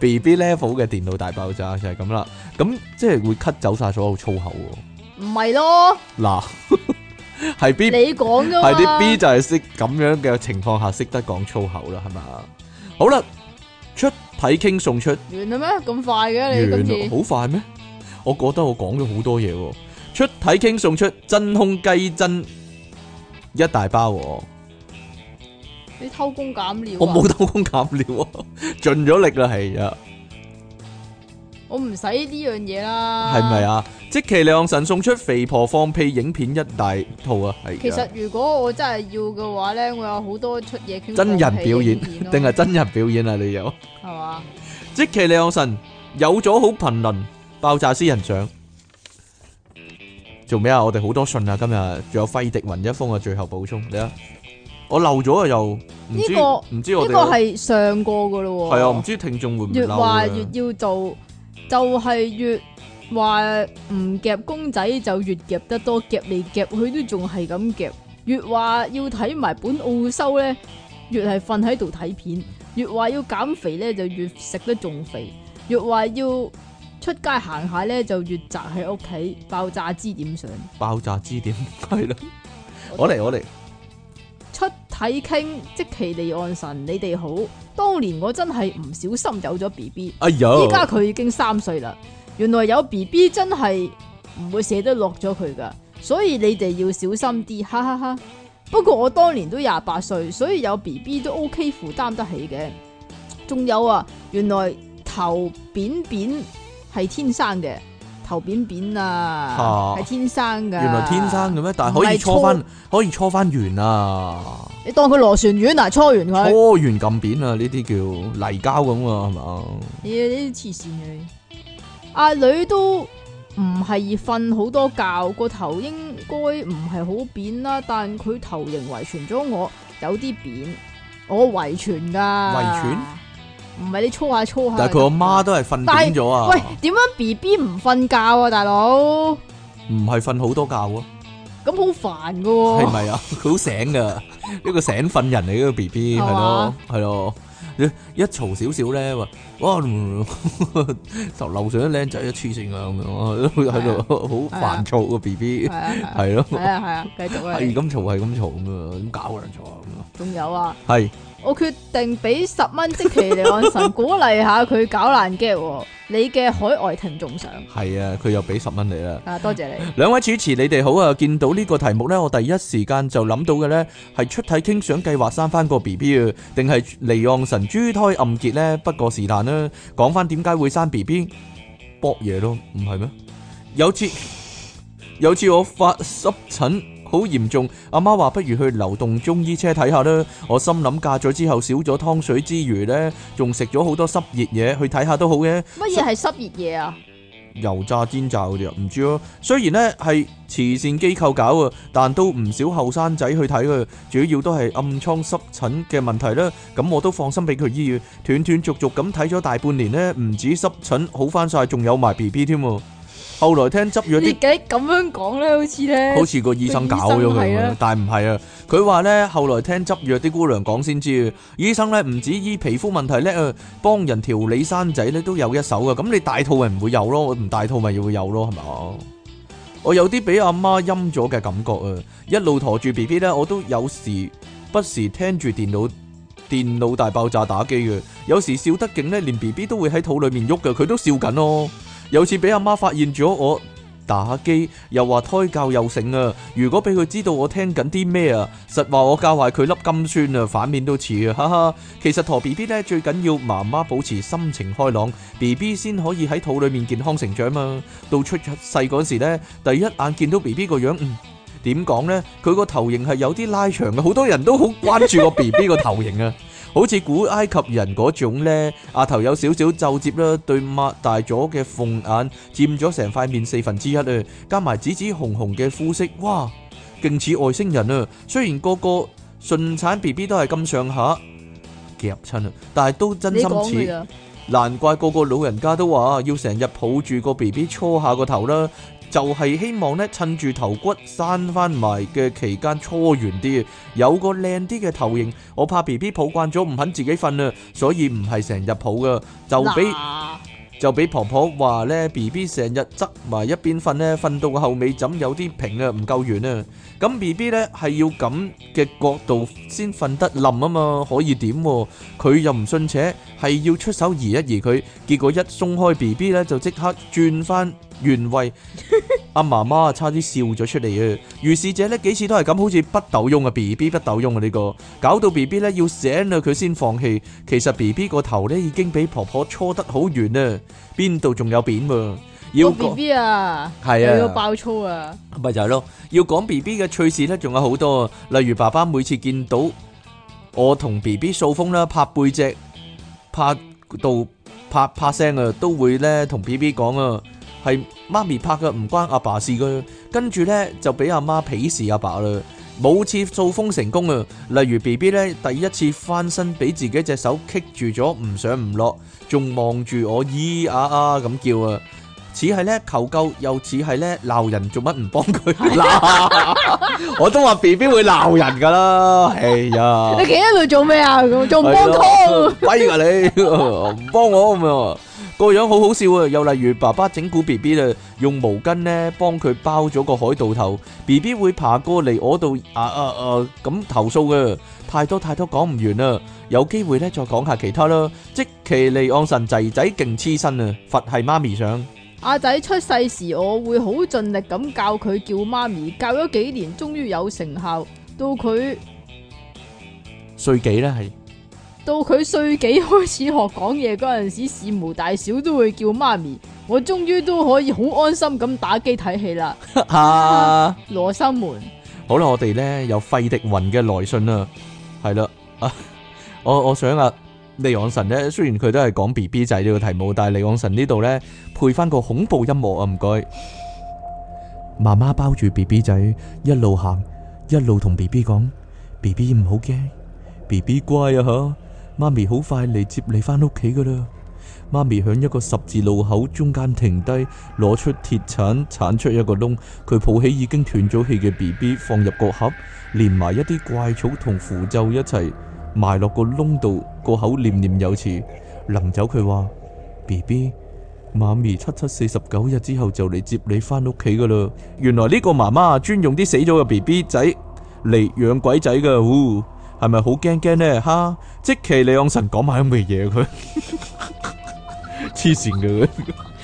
S1: B B level 嘅電腦大爆炸就係咁啦，咁即係會 cut 走晒所有粗口喎，
S2: 唔系咯，
S1: 嗱 係 B
S2: 你讲噶嘛？
S1: 係啲 B 就係識咁樣嘅情況下識得講粗口啦，係嘛？好啦，出體傾送出。
S2: 完啦咩？咁快嘅你今
S1: 完
S2: 次
S1: 好快咩？我覺得我講咗好多嘢喎。出體傾送出真空雞真一大包喎，
S2: 你偷工減料啊
S1: 我冇偷工減料啊， 盡咗力啦，係啊，
S2: 我唔使呢樣嘢啦。
S1: 係咪？啊？即其亮神送出肥婆放屁影片一大套啊，係啊
S2: 其實如果我真係要嘅話咧，我有好多出嘢傾
S1: 真人表演定
S2: 定
S1: 係真人表演啊？你有？
S2: 係嘛？
S1: 即其亮神有咗好頻輪爆炸私人相。做咩啊？我哋好多信啊，今日仲有輝迪雲一封啊，最後補充你啊，我漏咗啊又唔知
S2: 呢個
S1: 唔知
S2: 呢
S1: 我哋
S2: 個係上過噶咯喎。
S1: 係啊，唔知聽眾會唔會
S2: 越
S1: 嬲
S2: 話
S1: 啊
S2: 越要做，就係越話唔夾公仔就越夾得多，夾嚟夾去都仲係咁夾。越話要睇埋本澳洲咧，越係瞓喺度睇片；越話要減肥咧，就越食得仲肥；越話要出街行下咧，就越宅喺屋企爆炸支點上。
S1: 爆炸支點 係啦，我嚟我嚟，
S2: 出體傾，即其離岸神，你哋好。當年我真係唔小心有咗 B B。
S1: 哎
S2: 依家
S1: 呀，
S2: 佢啊已經三歲啦，原來有 B B 真係唔會捨得落咗佢噶，所以你哋要小心啲，哈哈哈。不過我當年都廿八歲，所以有 B B 都 OK 負擔得起嘅。仲有啊，原來頭扁扁係天生嘅，頭扁扁啊
S1: 啊
S2: 係天生噶。
S1: 原來天生嘅咩？但係可以
S2: 唔係
S1: 搓
S2: 搓
S1: 翻，可以搓翻圓啊，
S2: 你當佢螺旋丸啊，搓完佢，
S1: 搓圓撳扁啊，呢啲叫泥膠咁啊，係嘛？
S2: 你呢啲黐線嘅你，阿女都唔係瞓好多覺，個頭應該唔係好扁啦，但佢頭型遺傳咗我有啲扁，我遺傳噶。
S1: 遺傳？
S2: 唔係你搓下搓下。
S1: 但係佢阿媽。都係瞓
S2: 但係
S1: 扁咗啊，
S2: 喂，點樣 B B 唔瞓覺啊，大佬？
S1: 唔係瞓好多覺啊。
S2: 咁好煩噶喎、
S1: 系咪啊？佢好醒噶，呢個醒瞓人嚟呢個 B B 係
S2: 係
S1: 咯
S2: 嘛
S1: 係咯，一一嘈少少咧話哇 就樓上啲僆仔一黐線啊咁樣，喺度好
S2: 係啊
S1: 煩躁個 B B
S2: 係啊係啊
S1: 係咯，
S2: 係啊係啊，繼續
S1: 係
S2: 啊！
S1: 咁嘈係咁嘈咁啊，點搞人嘈咁
S2: 仲有啊，
S1: 啊？係
S2: 我決定俾十蚊即期嚟按神鼓勵下佢搞爛 g 喎。你嘅海外聽眾上
S1: 係啊，佢又俾十蚊你啦。
S2: 啊，多謝 你。
S1: 兩位主持，你哋好啊！見到呢個題目呢，我第一時間就諗到嘅呢係出體傾想計劃生翻個 B B 啊，定係離岸神珠胎暗結呢？不過是但啦，講翻點解會生 B B，搏嘢咯，唔係咩？有次有次我發濕疹好嚴重，阿媽話不如去流動中醫車睇下啦。我心諗嫁咗之後少咗湯水之餘呢，仲食咗好多濕熱嘢，去睇下都好嘅。
S2: 乜嘢係濕熱嘢啊？
S1: 油炸煎炸嗰啲啊，唔知咯。雖然呢係慈善機構搞啊，但都唔少後生仔去睇嘅，主要都係暗瘡濕疹嘅問題啦。咁我都放心俾佢醫啊，斷斷續續咁睇咗大半年呢，唔止濕疹好翻晒，仲有埋 B B 添喎。後來聽執咗
S2: 你
S1: 啲。
S2: 解咁樣講咧，好似咧，
S1: 好似個醫生搞咗佢
S2: 個醫
S1: 咁
S2: 生係
S1: 樣
S2: 啊，
S1: 但係唔係啊？佢話呢，後來聽執藥啲姑娘講先知，醫生呢唔止醫皮膚問題呢，誒幫人調理生仔呢都有一手噶。咁你大肚咪唔會有咯，唔大肚咪會有咯，係咪我有啲俾阿媽陰咗嘅感覺啊！一路陀住 B B 呢，我都有時不時聽住電腦電腦大爆炸打機嘅，有時笑得勁呢，連 B B 都會喺肚裏面喐嘅，佢都笑緊咯。有次俾阿媽發現咗我。打機又話胎教又醒啊！如果俾佢知道我聽緊啲咩啊，實話我教壞佢粒金酸啊，反面都似啊，哈哈！其實陀 B B 呢，最緊要媽媽保持心情開朗，B B 先可以喺肚裡面健康成長嘛。到出世嗰時呢，第一眼見到 B B 個樣，嗯，點講呢？佢個頭型係有啲拉長嘅，好多人都好關注個 B B 個頭型啊，好似古埃及人嗰種呢，額頭有少少皺褶啦，對擘大咗嘅鳳眼佔咗成塊面四分之一啊，加埋紫紫紅紅嘅膚色，哇，勁似外星人啊！雖然個個順產 B B 都係咁上下夾親啊，但係都真
S2: 你
S1: 心
S2: 講
S1: 似
S2: 嘅。咋？
S1: 難怪個個老人家都話要成日抱住個 B B 搓下個頭啦，就係、希望咧趁住頭骨生翻埋嘅期間搓圓啲，有個靚啲嘅頭型。我怕 B B 抱慣咗唔肯自己瞓啊，所以唔係成日抱噶，就俾
S2: 嗱
S1: 就俾婆婆話咧 B B 成日側埋一邊瞓咧，瞓到個後尾枕有啲平啊，唔夠圓啊。咁 B B 咧係要咁嘅角度先瞓得冧啊嘛，可以點喎？佢又唔信邪，係要出手移一移佢，結果一鬆開 B B 咧就即刻轉翻原 位。阿媽媽差啲笑咗出嚟啊！如是者呢幾次都係咁，好似不倒翁啊，B B 不倒翁啊呢個，搞到 B B 呢要醒啦佢先放棄。其實 B B 個頭呢已經俾婆婆搓得好圓啦，邊度仲有扁喎？要
S2: 個
S1: 講
S2: B B 啊，
S1: 係
S2: 又
S1: 啊
S2: 要爆粗啊，
S1: 咪就係咯，要講 B B 嘅趣事咧，仲有好多啊，例如爸爸每次見到我同 B B 掃風啦，拍背脊，拍到拍拍聲啊，都會咧同 B B 講啊，係媽咪拍嘅，唔關阿爸事嘅。跟住咧就俾阿媽鄙視阿爸啦。冇次掃風成功啊，例如 B B 咧第一次翻身俾自己隻手棘住咗，唔上唔落，仲望住我咿呀啊咁叫啊，似係咧求救，又似係咧鬧人，做乜唔幫佢鬧？ 我都話 B B 會鬧人噶啦，哎呀！
S2: 你企喺度做咩啊？咁仲唔幫拖？
S1: 威噶哎你，哦唔幫我咁啊！個樣好好笑啊！又例如爸爸整蠱 B B 啦，用毛巾咧幫佢包咗個海盜頭，B B 會爬過嚟我度啊啊啊咁投訴嘅，太多太多講唔完啦，有機會咧再講下其他啦。即其利昂神仔仔勁黐身啊，佛係媽咪上。
S2: 阿仔出世時，我會好盡力咁教佢叫媽咪，教咗幾年，終於有成效。到佢
S1: 歲幾呢？ 係
S2: 到佢歲幾開始學講嘢嗰陣時，事無大小都會叫媽咪。我終於都可以好安心咁打機睇戲啦。
S1: 啊，
S2: 羅生門
S1: 好啦，我哋咧有費迪雲嘅來信啦，係啦， 啊，我我想啊，利昂神咧，雖然佢都係講 B B 仔呢個題目，但係利昂神呢度咧配翻個恐怖音樂啊，唔該。媽媽包住 B B 仔一路行，一路同 B B 講：B B 唔好驚，B B 乖啊吓，媽咪好快嚟接你翻屋企噶啦。媽咪響一個十字路口中間停低，攞出鐵鏟鏟出一個窿。佢抱起已經斷咗氣嘅 B B，放入個盒，連埋一啲怪草同符咒一齊埋落個窿度，個口念念有詞。臨走佢話：B B，媽咪七七四十九日之後就嚟接你翻屋企噶啦。原來呢個媽媽專用啲死咗嘅 B B 仔嚟養鬼仔噶，喎係咪好驚驚呢？哈！即其李昂神講埋咁嘅嘢，佢 黐線嘅佢。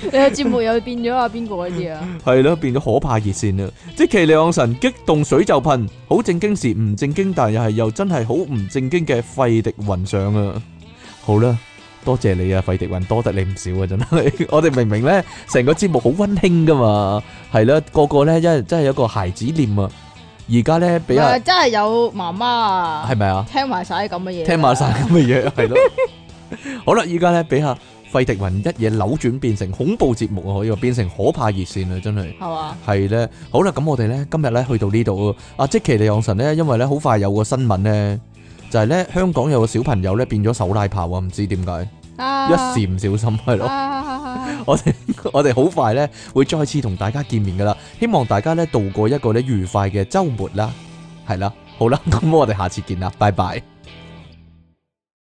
S2: 你嘅節目又變咗啊？邊個嗰啲啊？
S1: 係咯，變咗可怕熱線啦！即其利昂神激動水就噴，好正經時唔正經，但又係又真係好唔正經嘅費迪雲上啊！好啦，多謝你啊，費迪雲，多得你唔少啊，真係！ 我哋明明呢，成個節目好温馨噶嘛，係啦，個個呢，真係真係有個孩子念啊！而家呢，俾
S2: 啊
S1: 人
S2: 真係有媽媽啊
S1: 係，咪啊？
S2: 聽埋晒啲咁嘅嘢，
S1: 聽埋晒咁嘅嘢，係咯。好啦，依家咧俾下費迪雲一嘢扭轉，變成恐怖節目啊，可以話變成可怕熱線啦，真係。
S2: 係嘛？
S1: 係咧，好啦，咁我哋咧今日咧去到呢度啊，阿即其利昂神咧，因為咧好快有個新聞咧，就係咧香港有個小朋友咧變咗手拉炮啊，唔知點解，
S2: 啊
S1: 一時唔小心係咯。
S2: 啊
S1: 我哋 我哋好快咧會再次同大家見面噶啦，希望大家咧度過一個咧愉快嘅周末啦，係啦，好啦，咁我哋下次見啦，拜拜。